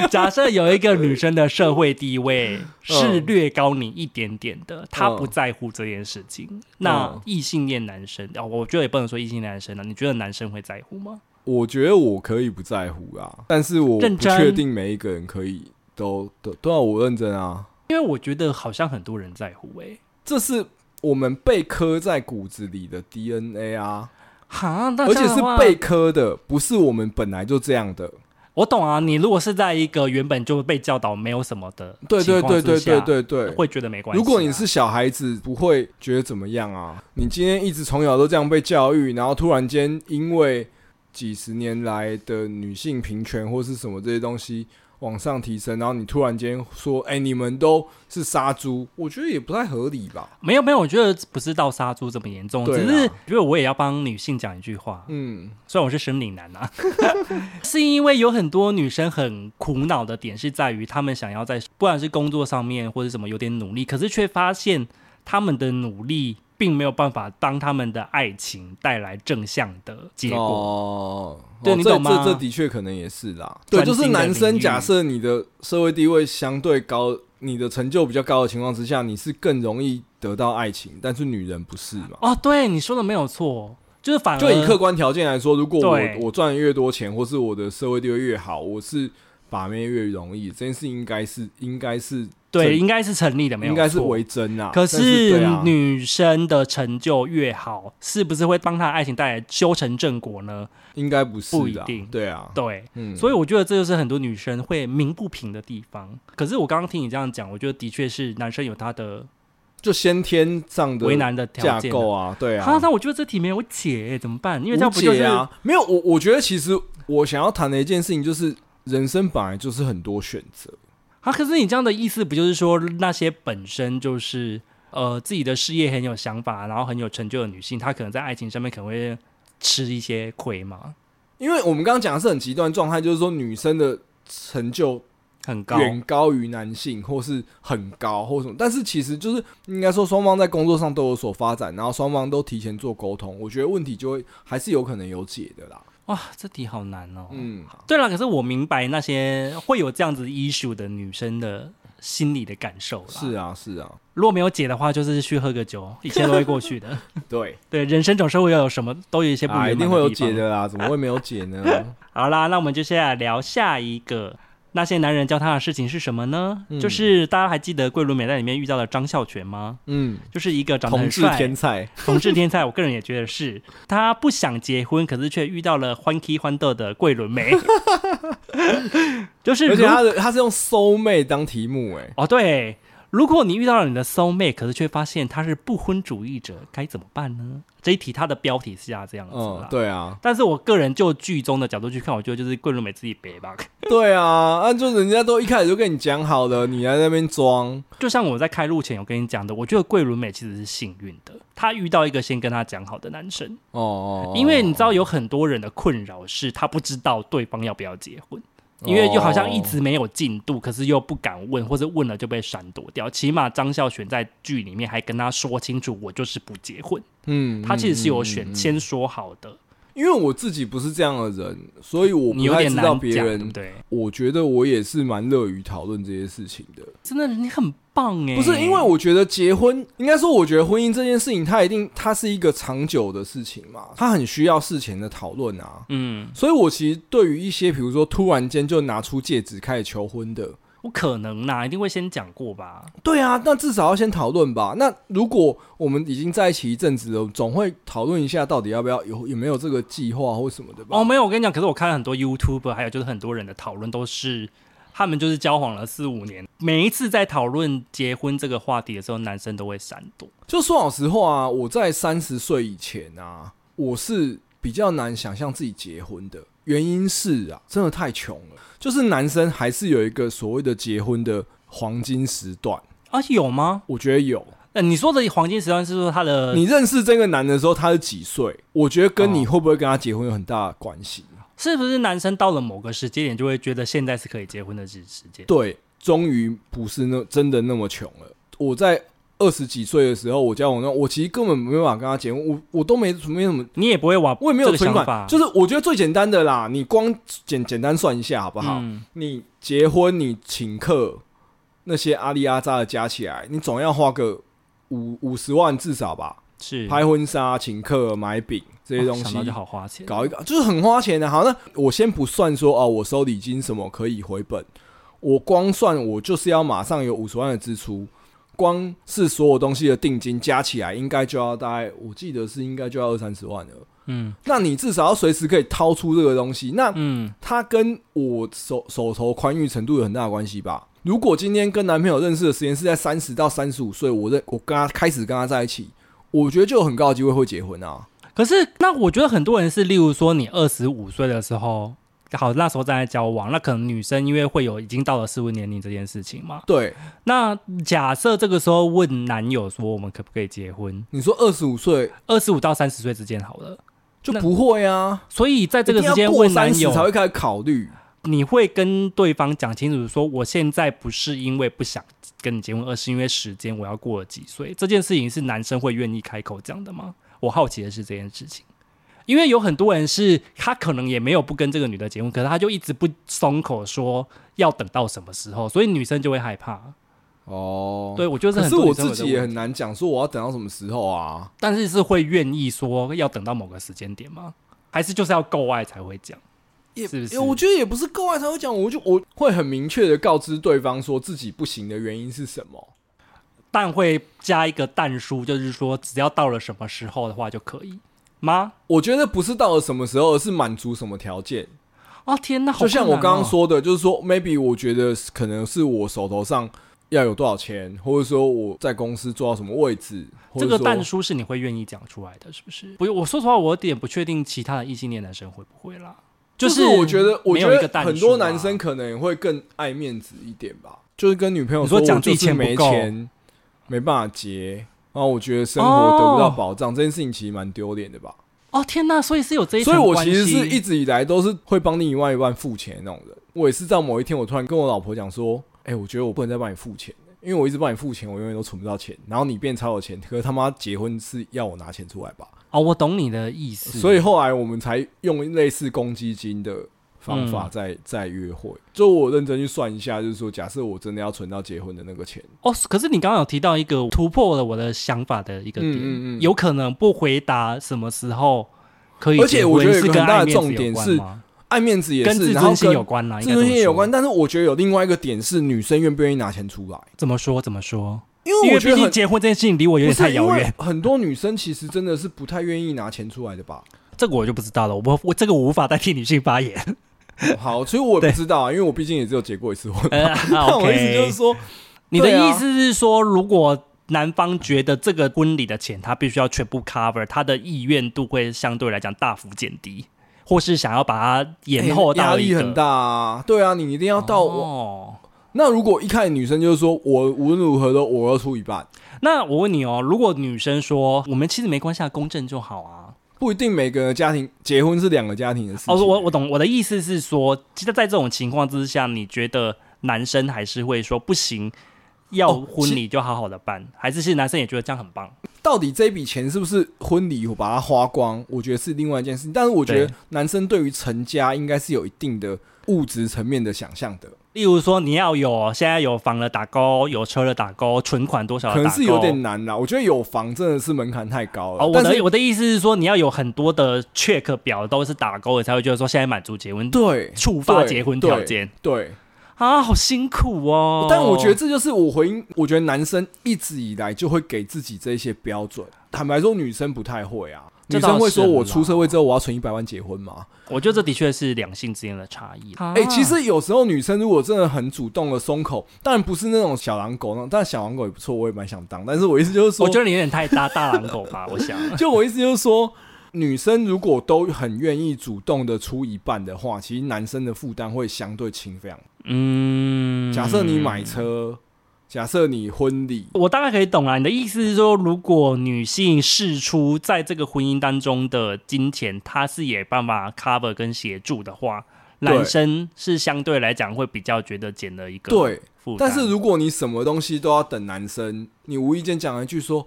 [SPEAKER 1] 假设有一个女生的社会地
[SPEAKER 2] 嗯
[SPEAKER 1] 位是略高你一点点的，她不在乎这件事
[SPEAKER 2] 嗯
[SPEAKER 1] 情。那异性恋男生，哦，我觉得也不能说异性恋男生啊了。你觉得男生会在乎吗？
[SPEAKER 2] 我觉得我可以不在乎啊，但是我不
[SPEAKER 1] 认真
[SPEAKER 2] 确定每一个人可以都都都要我认真啊。
[SPEAKER 1] 因为我觉得好像很多人在乎欸诶、
[SPEAKER 2] 这是我们被刻在骨子里的 DNA 啊，
[SPEAKER 1] 哈，那
[SPEAKER 2] 而
[SPEAKER 1] 这
[SPEAKER 2] 且
[SPEAKER 1] 样的
[SPEAKER 2] 是
[SPEAKER 1] 话
[SPEAKER 2] 被刻的，不是我们本来就这样的。
[SPEAKER 1] 我懂啊。你如果是在一个原本就被教导没有什么的
[SPEAKER 2] 对对
[SPEAKER 1] 情况
[SPEAKER 2] 对
[SPEAKER 1] 之
[SPEAKER 2] 对
[SPEAKER 1] 下
[SPEAKER 2] 对对对。
[SPEAKER 1] 会觉得没关系啊、
[SPEAKER 2] 如果你是小孩子，不会觉得怎么样啊？你今天一直从小都这样被教育，然后突然间因为几十年来的女性平权或是什么这些东西往上提升，然后你突然间说：“哎、你们都是杀猪”，我觉得也不太合理吧？
[SPEAKER 1] 没有没有，我觉得不是到杀猪这么严重，
[SPEAKER 2] 对
[SPEAKER 1] 只
[SPEAKER 2] 啊
[SPEAKER 1] 是因为我也要帮女性讲一句话，
[SPEAKER 2] 嗯，
[SPEAKER 1] 虽然我是生理男啊， 是因为有很多女生很苦恼的点是在于她们想要在不管是工作上面或者什么有点努力，可是却发现她们的努力并没有办法帮她们的爱情带来正向的结果。
[SPEAKER 2] 哦，
[SPEAKER 1] 对
[SPEAKER 2] 哦
[SPEAKER 1] 你
[SPEAKER 2] 这
[SPEAKER 1] 懂吗
[SPEAKER 2] 这这的确可能也是啦。对，
[SPEAKER 1] 专
[SPEAKER 2] 就
[SPEAKER 1] 精的
[SPEAKER 2] 是男
[SPEAKER 1] 领
[SPEAKER 2] 生，
[SPEAKER 1] 域
[SPEAKER 2] 假设你的社会地位相对高，你的成就比较高的情况之下，你是更容易得到爱情，但是女人不是嘛？
[SPEAKER 1] 哦，对，你说的没有错，就是反而
[SPEAKER 2] 就以客观条件来说，如果我
[SPEAKER 1] 对
[SPEAKER 2] 我赚得越多钱，或是我的社会地位越好，我是把妹越容易，这件事应该是应该是
[SPEAKER 1] 对，
[SPEAKER 2] 正
[SPEAKER 1] 应该是成立的，没有
[SPEAKER 2] 应该是
[SPEAKER 1] 错
[SPEAKER 2] 为真啊。
[SPEAKER 1] 可
[SPEAKER 2] 但是对
[SPEAKER 1] 是
[SPEAKER 2] 啊，
[SPEAKER 1] 女生的成就越好，是不是会帮她的爱情带来修成正果呢？
[SPEAKER 2] 应该不是
[SPEAKER 1] 不一
[SPEAKER 2] 的啊
[SPEAKER 1] 定，
[SPEAKER 2] 对啊，
[SPEAKER 1] 对，
[SPEAKER 2] 嗯，
[SPEAKER 1] 所
[SPEAKER 2] 以
[SPEAKER 1] 以我觉得这就是很多女生会鸣不平的地方。可是我刚刚听你这样讲，我觉得的确是男生有他的
[SPEAKER 2] 就先天上的
[SPEAKER 1] 为难的条
[SPEAKER 2] 架
[SPEAKER 1] 件
[SPEAKER 2] 构。啊，对啊，
[SPEAKER 1] 好，那我觉得这题没有解、怎么办？因为这样
[SPEAKER 2] 无
[SPEAKER 1] 不就是
[SPEAKER 2] 解啊？没有，我我觉得其实我想要谈的一件事情就是，人生本来就是很多选择。
[SPEAKER 1] 啊？可是你这样的意思不就是说那些本身就是呃自己的事业很有想法，然后很有成就的女性，她可能在爱情上面可能会吃一些亏嘛，
[SPEAKER 2] 因为我们刚刚讲的是很极端的状态，就是说女生的成就
[SPEAKER 1] 很高。
[SPEAKER 2] 远高于男性，或是很高或什么。但是其实就是应该说，双方在工作上都有所发展，然后双方都提前做沟通，我觉得问题就会还是有可能有解的啦。
[SPEAKER 1] 哇，这题好难哦。
[SPEAKER 2] 嗯，
[SPEAKER 1] 对了，可是我明白那些会有这样子 issue 的女生的心理的感受啦。
[SPEAKER 2] 是啊，是啊，
[SPEAKER 1] 如果没有解的话，就是去喝个酒，一切都会过 去的。
[SPEAKER 2] 对
[SPEAKER 1] 对，人生总是会有什么，都有一些不圆
[SPEAKER 2] 啊，
[SPEAKER 1] 满
[SPEAKER 2] 一定会有
[SPEAKER 1] 地方
[SPEAKER 2] 解。的啦，怎么会没有解呢？
[SPEAKER 1] 好啦，那我们就先来聊下一个。那些男人教他的事情是什么呢？
[SPEAKER 2] 嗯
[SPEAKER 1] 就是大家还记得《桂纶镁在里面遇到的张孝全吗？
[SPEAKER 2] 嗯，
[SPEAKER 1] 就是一个长得
[SPEAKER 2] 同
[SPEAKER 1] 很
[SPEAKER 2] 志
[SPEAKER 1] 帅
[SPEAKER 2] 天才，
[SPEAKER 1] 同志天才，我个人也觉得是他不想结婚，可是却遇到了欢 k 欢豆的桂纶 镁，就是
[SPEAKER 2] 而且
[SPEAKER 1] 如
[SPEAKER 2] 他的他是用 soul mate 当题目、欸，哎。
[SPEAKER 1] 哦对，如果你遇到了你的 soul mate，可是却发现他是不婚主义者，该怎么办呢？这一题它的标题是要这样子啦
[SPEAKER 2] 嗯，，对啊，
[SPEAKER 1] 但是我个人就剧中的角度去看，我觉得就是桂纶镁自己背吧。
[SPEAKER 2] 对啊，那、就人家都一开始就跟你讲好了，你还在那边装，
[SPEAKER 1] 就像我在开录前有跟你讲的，我觉得桂纶镁其实是幸运的，她遇到一个先跟她讲好的男生，
[SPEAKER 2] 哦哦，哦
[SPEAKER 1] 因为你知道有很多人的困扰是她不知道对方要不要结婚。因为就好像一直没有进度，可是又不敢问，或者问了就被闪躲掉。起码张孝全在剧里面还跟他说清楚，我就是不结婚。
[SPEAKER 2] 嗯，
[SPEAKER 1] 他其实是有选、
[SPEAKER 2] 嗯嗯嗯
[SPEAKER 1] 先说好的，
[SPEAKER 2] 因为我自己不是这样的人，所以我
[SPEAKER 1] 你有
[SPEAKER 2] 不太
[SPEAKER 1] 点
[SPEAKER 2] 知道
[SPEAKER 1] 难
[SPEAKER 2] 别
[SPEAKER 1] 讲，对
[SPEAKER 2] 人
[SPEAKER 1] 不。对？
[SPEAKER 2] 我觉得我也是蛮乐于讨论这些事情的，
[SPEAKER 1] 真的，你很棒哎、
[SPEAKER 2] 不是因为我觉得结婚，应该说我觉得婚姻这件事情，它一定它是一个长久的事情嘛，它很需要事前的讨论啊。
[SPEAKER 1] 嗯，
[SPEAKER 2] 所以我其实对于一些比如说突然间就拿出戒指开始求婚的，
[SPEAKER 1] 不可能啦，一定会先讲过吧？
[SPEAKER 2] 对啊，那至少要先讨论吧。那如果我们已经在一起一阵子了，总会讨论一下到底要不要有有没有这个计划或什么的吧。
[SPEAKER 1] 哦，没有，我跟你讲，可是我看了很多 YouTube，还有就是很多人的讨论都是。他们就是交往了四五年，每一次在讨论结婚这个话题的时候，男生都会闪躲。
[SPEAKER 2] 就说老实话啊，我在三十岁以前啊，我是比较难想象自己结婚的。原因是啊，真的太穷了。就是男生还是有一个所谓的结婚的黄金时段，
[SPEAKER 1] 啊，有吗？
[SPEAKER 2] 我觉得有。
[SPEAKER 1] 呃，你说的黄金时段是说他的
[SPEAKER 2] 你认识这个男的时候，他是几岁？我觉得跟你
[SPEAKER 1] 哦
[SPEAKER 2] 会不会跟他结婚有很大的关系。
[SPEAKER 1] 是不是男生到了某个时间点就会觉得现在是可以结婚的时时间？
[SPEAKER 2] 对，终于不是那真的那么穷了。我在二十几岁的时候，我交往那我其实根本没办法跟他结婚，我我都没没什么，
[SPEAKER 1] 你也不会往，
[SPEAKER 2] 我也没有
[SPEAKER 1] 这个
[SPEAKER 2] 存
[SPEAKER 1] 想
[SPEAKER 2] 款
[SPEAKER 1] 法，，
[SPEAKER 2] 就是我觉得最简单的啦，你光简简单算一下好不好？
[SPEAKER 1] 嗯
[SPEAKER 2] 你结婚，你请客那些阿里阿扎的加起来，你总要花个五五十万至少吧，
[SPEAKER 1] 是
[SPEAKER 2] 拍婚纱、请客、买饼这
[SPEAKER 1] 嗯
[SPEAKER 2] 些
[SPEAKER 1] 哦
[SPEAKER 2] 东西，
[SPEAKER 1] 想到就好花钱，
[SPEAKER 2] 搞一搞，就是很花钱的、好，那我先不算说哦，我收礼金什么可以回本，我光算我就是要马上有五十万的支出，光是所有东西的定金加起来，应该就要大概，我记得是应该就要二三十万了。
[SPEAKER 1] 嗯
[SPEAKER 2] 那你至少要随时可以掏出这个东西，那
[SPEAKER 1] 嗯，
[SPEAKER 2] 它跟我手手头宽裕程度有很大的关系吧？如果今天跟男朋友认识的时间是在三十到三十五岁，我认我跟他开始跟他在一起，我觉得就有很高的机会会结婚啊。
[SPEAKER 1] 可是那我觉得很多人是，例如说你二十五岁的时候。好，那时候正在交往，那可能女生因为会有已经到了适婚年龄这件事情嘛。
[SPEAKER 2] 对，
[SPEAKER 1] 那假设这个时候问男友说我们可不可以结婚，
[SPEAKER 2] 你说二十五岁
[SPEAKER 1] 二十五到三十岁之间好了。
[SPEAKER 2] 就
[SPEAKER 1] 那
[SPEAKER 2] 不会啊，
[SPEAKER 1] 所以在这个
[SPEAKER 2] 一定
[SPEAKER 1] 时
[SPEAKER 2] 要
[SPEAKER 1] 间
[SPEAKER 2] 过
[SPEAKER 1] 问男
[SPEAKER 2] 30才
[SPEAKER 1] 友，
[SPEAKER 2] 会开始考虑。
[SPEAKER 1] 你会跟对方讲清楚说，我现在不是因为不想跟你结婚，而是因为时间我要过了几岁。这件事情是男生会愿意开口讲的吗？我好奇的是这件事情，因为有很多人是他可能也没有不跟这个女的结婚，可是他就一直不松口说要等到什么时候，所以女生就会害怕。
[SPEAKER 2] 哦，
[SPEAKER 1] 对，我觉得
[SPEAKER 2] 可
[SPEAKER 1] 很
[SPEAKER 2] 是
[SPEAKER 1] 多
[SPEAKER 2] 我
[SPEAKER 1] 女生
[SPEAKER 2] 自
[SPEAKER 1] 有这
[SPEAKER 2] 己
[SPEAKER 1] 个
[SPEAKER 2] 也
[SPEAKER 1] 问
[SPEAKER 2] 很难讲，说我要等到什么时候啊？
[SPEAKER 1] 但是是会愿意说要等到某个时间点吗？还是就是要够爱才会讲？
[SPEAKER 2] 也
[SPEAKER 1] 是不是
[SPEAKER 2] 也我觉得也不是够爱才会讲，我就我会很明确的告知对方说自己不行的原因是什么。
[SPEAKER 1] 但会加一个但书，就是说只要到了什么时候的话就可以吗？
[SPEAKER 2] 我觉得不是到了什么时候，而是满足什么条件。
[SPEAKER 1] 哦天哪，好
[SPEAKER 2] 就像我
[SPEAKER 1] 困难
[SPEAKER 2] 刚
[SPEAKER 1] 哦
[SPEAKER 2] 刚，说的，就是说，maybe 我觉得可能是我手头上要有多少钱，或者说我在公司做到什么位置，或
[SPEAKER 1] 这
[SPEAKER 2] 者
[SPEAKER 1] 个
[SPEAKER 2] 说
[SPEAKER 1] 但书是你会愿意讲出来的，是不是？不，我说实话，我有点不确定其他的异性恋男生会不会啦。
[SPEAKER 2] 就是
[SPEAKER 1] 是
[SPEAKER 2] 我觉得，我
[SPEAKER 1] 没
[SPEAKER 2] 觉
[SPEAKER 1] 有一个
[SPEAKER 2] 得
[SPEAKER 1] 但
[SPEAKER 2] 很
[SPEAKER 1] 书
[SPEAKER 2] 多
[SPEAKER 1] 啊
[SPEAKER 2] 男生可能会更爱面子一点吧，就是跟女朋友
[SPEAKER 1] 你说
[SPEAKER 2] 我
[SPEAKER 1] 讲自己
[SPEAKER 2] 就是
[SPEAKER 1] 钱不
[SPEAKER 2] 没
[SPEAKER 1] 够
[SPEAKER 2] 钱，没办法结，然后我觉得生活得不到
[SPEAKER 1] 哦
[SPEAKER 2] 保障，这件事情其实蛮丢脸的吧。
[SPEAKER 1] 哦天哪，所以是有这一层
[SPEAKER 2] 所以我
[SPEAKER 1] 关
[SPEAKER 2] 其
[SPEAKER 1] 系，
[SPEAKER 2] 实是一直以来都是会帮另外一半付钱的那种人。我也是到某一天，我突然跟我老婆讲说：“哎、我觉得我不能再帮你付钱了，因为我一直帮你付钱，我永远都存不到钱。然后你变超有钱，可是他妈结婚是要我拿钱出来吧？
[SPEAKER 1] 哦，我懂你的意思，
[SPEAKER 2] 所以后来我们才用类似公积金的方法
[SPEAKER 1] 嗯
[SPEAKER 2] 在、在约会。就我认真去算一下，就是说，假设我真的要存到结婚的那个钱，
[SPEAKER 1] 哦，可是你刚刚有提到一个突破了我的想法的一个点，
[SPEAKER 2] 嗯嗯嗯
[SPEAKER 1] 有可能不回答什么时候可以结婚，
[SPEAKER 2] 而且我觉得有一
[SPEAKER 1] 是
[SPEAKER 2] 个
[SPEAKER 1] 跟
[SPEAKER 2] 很大的
[SPEAKER 1] 爱面子有
[SPEAKER 2] 重点
[SPEAKER 1] 关
[SPEAKER 2] 是
[SPEAKER 1] 吗
[SPEAKER 2] 爱面子也
[SPEAKER 1] 跟
[SPEAKER 2] 是，
[SPEAKER 1] 自
[SPEAKER 2] 然后
[SPEAKER 1] 尊心
[SPEAKER 2] 跟
[SPEAKER 1] 有关啦，应
[SPEAKER 2] 自
[SPEAKER 1] 该这么
[SPEAKER 2] 尊心也有
[SPEAKER 1] 说
[SPEAKER 2] 关。。但是我觉得有另外一个点是，女生愿不愿意拿钱出来？
[SPEAKER 1] 怎么说？怎么说？
[SPEAKER 2] 因为
[SPEAKER 1] 因
[SPEAKER 2] 我
[SPEAKER 1] 为毕
[SPEAKER 2] 觉得
[SPEAKER 1] 竟
[SPEAKER 2] 很
[SPEAKER 1] 结婚这件事情离我有
[SPEAKER 2] 不
[SPEAKER 1] 点
[SPEAKER 2] 是
[SPEAKER 1] 太遥远，。
[SPEAKER 2] 因为很多女生其实真的是不太愿意拿钱出来的吧？
[SPEAKER 1] 这个我就不知道了。我不，我这个我无法代替女性发 言。
[SPEAKER 2] 好，所以我也
[SPEAKER 1] 对
[SPEAKER 2] 不知道啊，因为我毕竟也只有结过一次婚。
[SPEAKER 1] 呃
[SPEAKER 2] 但啊我意思就是说，
[SPEAKER 1] 你的
[SPEAKER 2] 对啊
[SPEAKER 1] 意思是说，如果男方觉得这个婚礼的钱他必须要全部 cover，他的意愿度会相对来讲大幅减低，或是想要把它延后
[SPEAKER 2] 哎压
[SPEAKER 1] 到一
[SPEAKER 2] 力
[SPEAKER 1] 个
[SPEAKER 2] 很大啊。对啊，你一定要到我。
[SPEAKER 1] 哦。
[SPEAKER 2] 那如果一开始女生就是说我无论如何都我要出一半，
[SPEAKER 1] 那我问你哦，如果女生说我们其实没关系，啊，公正就好啊。
[SPEAKER 2] 不一定每个人的家庭结婚是两个家庭的事情。
[SPEAKER 1] 哦，我我懂，我的意思是说，其实在这种情况之下，你觉得男生还是会说不行，要
[SPEAKER 2] 哦
[SPEAKER 1] 婚礼就好好的办，还是是男生也觉得这样很棒？
[SPEAKER 2] 到底这笔钱是不是婚礼我把它花光，我觉得是另外一件事情。但是我觉得
[SPEAKER 1] 对
[SPEAKER 2] 男生对于成家应该是有一定的物质层面的想象的，
[SPEAKER 1] 例如说，你要有现在有房了打勾，有车了打勾，存款多少
[SPEAKER 2] 可
[SPEAKER 1] 的
[SPEAKER 2] 能
[SPEAKER 1] 啊打勾
[SPEAKER 2] 是有点难啦。我觉得有房真的是门槛太高了。
[SPEAKER 1] 哦，我
[SPEAKER 2] 但是
[SPEAKER 1] 的我的意思是说，你要有很多的 check 表都是打勾的，才会觉得说现在满足结婚
[SPEAKER 2] 对，
[SPEAKER 1] 触发
[SPEAKER 2] 对
[SPEAKER 1] 结婚
[SPEAKER 2] 对
[SPEAKER 1] 条件
[SPEAKER 2] 对，
[SPEAKER 1] 啊，好辛苦哦。
[SPEAKER 2] 但我觉得这就是我回应，我觉得男生一直以来就会给自己这些标准。坦白说，女生不太会啊，
[SPEAKER 1] 这
[SPEAKER 2] 女
[SPEAKER 1] 倒是
[SPEAKER 2] 生会说
[SPEAKER 1] 啦
[SPEAKER 2] 我出社会之后我要存一百万结婚嘛？
[SPEAKER 1] 我觉得这的确是两性之间的差异。哎
[SPEAKER 2] 哎、其实有时候女生如果真的很主动的松口，当然不是那种小狼狗那种，但小狼狗也不错，我也蛮想当。但是我意思就是说，
[SPEAKER 1] 我觉得你有点太搭大狼狗吧，我想。
[SPEAKER 2] 就我意思就是说，女生如果都很愿意主动的出一半的话，其实男生的负担会相对轻非常。
[SPEAKER 1] 嗯，
[SPEAKER 2] 假设你买车，假设你婚礼，
[SPEAKER 1] 我大概可以懂啦。你的意思是说，如果女性试出在这个婚姻当中的金钱，她是也办法 cover 跟协助的话，男生是相对来讲会比较觉得减了一个
[SPEAKER 2] 对，
[SPEAKER 1] 负担，
[SPEAKER 2] 但是如果你什么东西都要等男生，你无意间讲了一句说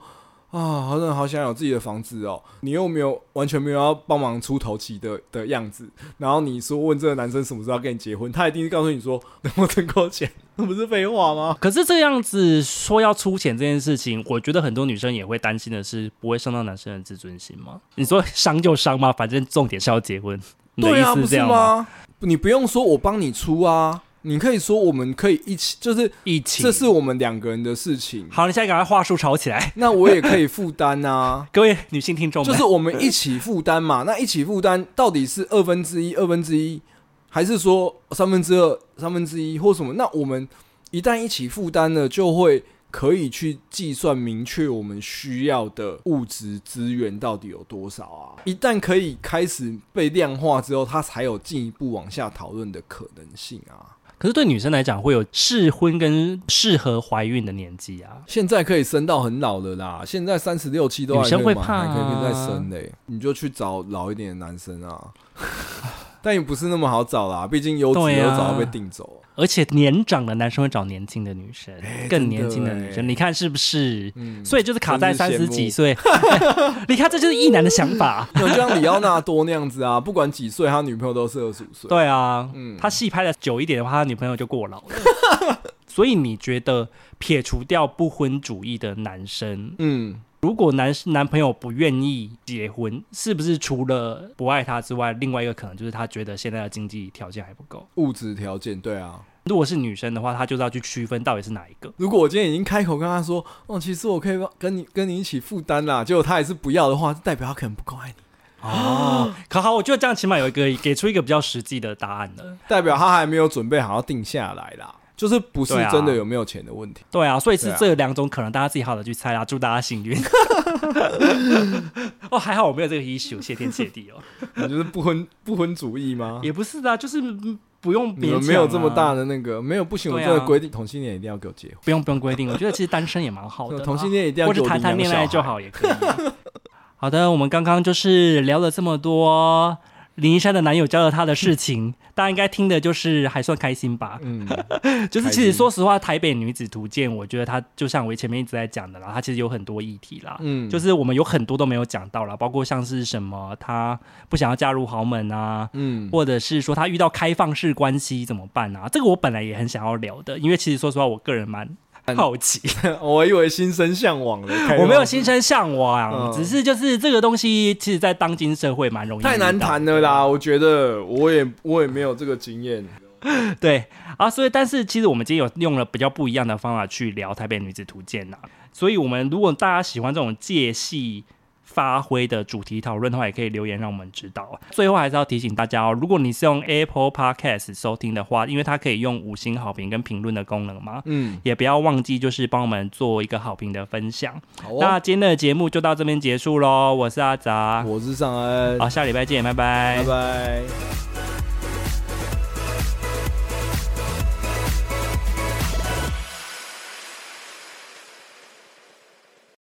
[SPEAKER 2] 啊，好像好想有自己的房子哦，你又没有完全没有要帮忙出头期的的样子，然后你说问这个男生什么时候要跟你结婚，他一定是告诉你说 等我存够钱，那不是废话吗？
[SPEAKER 1] 可是这样子说要出钱这件事情，我觉得很多女生也会担心的是，不会伤到男生的自尊心吗？你说伤就伤嘛，反正重点是要结婚，你的
[SPEAKER 2] 对
[SPEAKER 1] 意思
[SPEAKER 2] 啊，不
[SPEAKER 1] 这
[SPEAKER 2] 是
[SPEAKER 1] 样？
[SPEAKER 2] 吗？你不用说我帮你出啊，你可以说我们可以一起，就是
[SPEAKER 1] 一起，
[SPEAKER 2] 这是我们两个人的事情，
[SPEAKER 1] 好，你现在赶快话术吵起来，
[SPEAKER 2] 那我也可以负担啊。
[SPEAKER 1] 各位女性听众
[SPEAKER 2] 就
[SPEAKER 1] 们，
[SPEAKER 2] 是我们一起负担嘛。那一起负担到底是二分之一、二分之一，还是说三分之二、三分之一或什么？那我们一旦一起负担了，就会可以去计算明确我们需要的物质资源到底有多少啊。一旦可以开始被量化之后，它才有进一步往下讨论的可能性啊。
[SPEAKER 1] 可是对女生来讲，会有适婚跟适合怀孕的年纪啊。
[SPEAKER 2] 现在可以生到很老的啦，现在三十六七都还
[SPEAKER 1] 女生
[SPEAKER 2] 可以
[SPEAKER 1] 会
[SPEAKER 2] 嘛
[SPEAKER 1] 怕
[SPEAKER 2] 还可以再
[SPEAKER 1] 啊
[SPEAKER 2] 生嘞、你就去找老一点的男生啊。 但也不是那么好找啦，毕竟优质
[SPEAKER 1] 对
[SPEAKER 2] 有
[SPEAKER 1] 啊
[SPEAKER 2] 早会被定走。
[SPEAKER 1] 而且年长的男生会找年轻的女生，更年轻的
[SPEAKER 2] 真的
[SPEAKER 1] 女
[SPEAKER 2] 欸
[SPEAKER 1] 生，你看是不是？
[SPEAKER 2] 嗯，
[SPEAKER 1] 所以就是卡在
[SPEAKER 2] 真
[SPEAKER 1] 三
[SPEAKER 2] 是羡
[SPEAKER 1] 十
[SPEAKER 2] 慕
[SPEAKER 1] 几岁，你看这就是一男的想法。啊
[SPEAKER 2] 那就像里奥纳多那样子啊，不管几岁，他女朋友都是二十五岁。
[SPEAKER 1] 对啊，
[SPEAKER 2] 嗯
[SPEAKER 1] 他戏拍的久一点的话，他女朋友就过劳了。 所以你觉得撇除掉不婚主义的男生，
[SPEAKER 2] 嗯，
[SPEAKER 1] 如果男男朋友不愿意结婚，是不是除了不爱他之外，另外一个可能就是他觉得现在的经济条件还不够？
[SPEAKER 2] 物质条件对啊。
[SPEAKER 1] 如果是女生的话，她就是要去区分到底是哪一个。
[SPEAKER 2] 如果我今天已经开口跟他说，哦，其实我可以帮跟你跟你一起负担啦，结果他还是不要的话，代表他可能不够爱你，
[SPEAKER 1] 哦，可好，我觉得这样起码有一个给出一个比较实际的答案了。
[SPEAKER 2] 代表他还没有准备好要定下来啦，就是不是
[SPEAKER 1] 对啊
[SPEAKER 2] 真的有没有钱的问题。
[SPEAKER 1] 对啊，所以是
[SPEAKER 2] 对啊
[SPEAKER 1] 这两种可能，大家自己好好的去猜啦。祝大家幸 运。哦，还好我没有这个 issue，谢天谢地哦。
[SPEAKER 2] 你就是不婚不婚主义吗？
[SPEAKER 1] 也不是的啊，就是嗯不用
[SPEAKER 2] 你
[SPEAKER 1] 勉强、
[SPEAKER 2] 们没有这么大，的那个，没有不行，我
[SPEAKER 1] 对
[SPEAKER 2] 这
[SPEAKER 1] 啊
[SPEAKER 2] 个规定同性恋一定要给我结婚，
[SPEAKER 1] 不用不用规定。我觉得其实单身也蛮好的啦，
[SPEAKER 2] 同性恋一定要
[SPEAKER 1] 或
[SPEAKER 2] 给
[SPEAKER 1] 者
[SPEAKER 2] 我
[SPEAKER 1] 谈谈
[SPEAKER 2] 领
[SPEAKER 1] 恋
[SPEAKER 2] 养
[SPEAKER 1] 爱
[SPEAKER 2] 小
[SPEAKER 1] 就
[SPEAKER 2] 孩。
[SPEAKER 1] 好也可以啊。好的，我们刚刚就是聊了这么多林一山的男友教了他的事情，大家应该听的就是还算开心吧。
[SPEAKER 2] 嗯，
[SPEAKER 1] 就是
[SPEAKER 2] 开
[SPEAKER 1] 其实
[SPEAKER 2] 心
[SPEAKER 1] 说实话，《台北女子图鉴》，我觉得它就像我前面一直在讲的啦，它其实有很多议题啦。
[SPEAKER 2] 嗯
[SPEAKER 1] 就是我们有很多都没有讲到啦，包括像是什么她不想要嫁入豪门啊，
[SPEAKER 2] 嗯，
[SPEAKER 1] 或者是说他遇到开放式关系怎么办啊？这个我本来也很想要聊的，因为其实说实话，我个人蛮好奇，
[SPEAKER 2] 我以为心生向往了，开
[SPEAKER 1] 我没有
[SPEAKER 2] 放
[SPEAKER 1] 心生向往，
[SPEAKER 2] 嗯
[SPEAKER 1] 只是就是这个东西，其实在当今社会蛮容易
[SPEAKER 2] 太难
[SPEAKER 1] 遇到
[SPEAKER 2] 谈了啦，我觉得我也我也没有这个经验。
[SPEAKER 1] 的。 对啊，所以但是其实我们今天有用了比较不一样的方法去聊《台北女子图鉴》呐，所以我们如果大家喜欢这种借戏。发挥的主题讨论的话，也可以留言让我们知道。啊最后还是要提醒大家哦，如果你是用 Apple Podcast 收听的话，因为它可以用五星好评跟评论的功能嘛，
[SPEAKER 2] 嗯，
[SPEAKER 1] 也不要忘记就是帮我们做一个好评的分享。
[SPEAKER 2] 好
[SPEAKER 1] 那
[SPEAKER 2] 哦，
[SPEAKER 1] 今天的节目就到这边结束喽，我是阿杂，
[SPEAKER 2] 我是尚恩，
[SPEAKER 1] 好，下礼拜见，拜拜
[SPEAKER 2] 拜拜。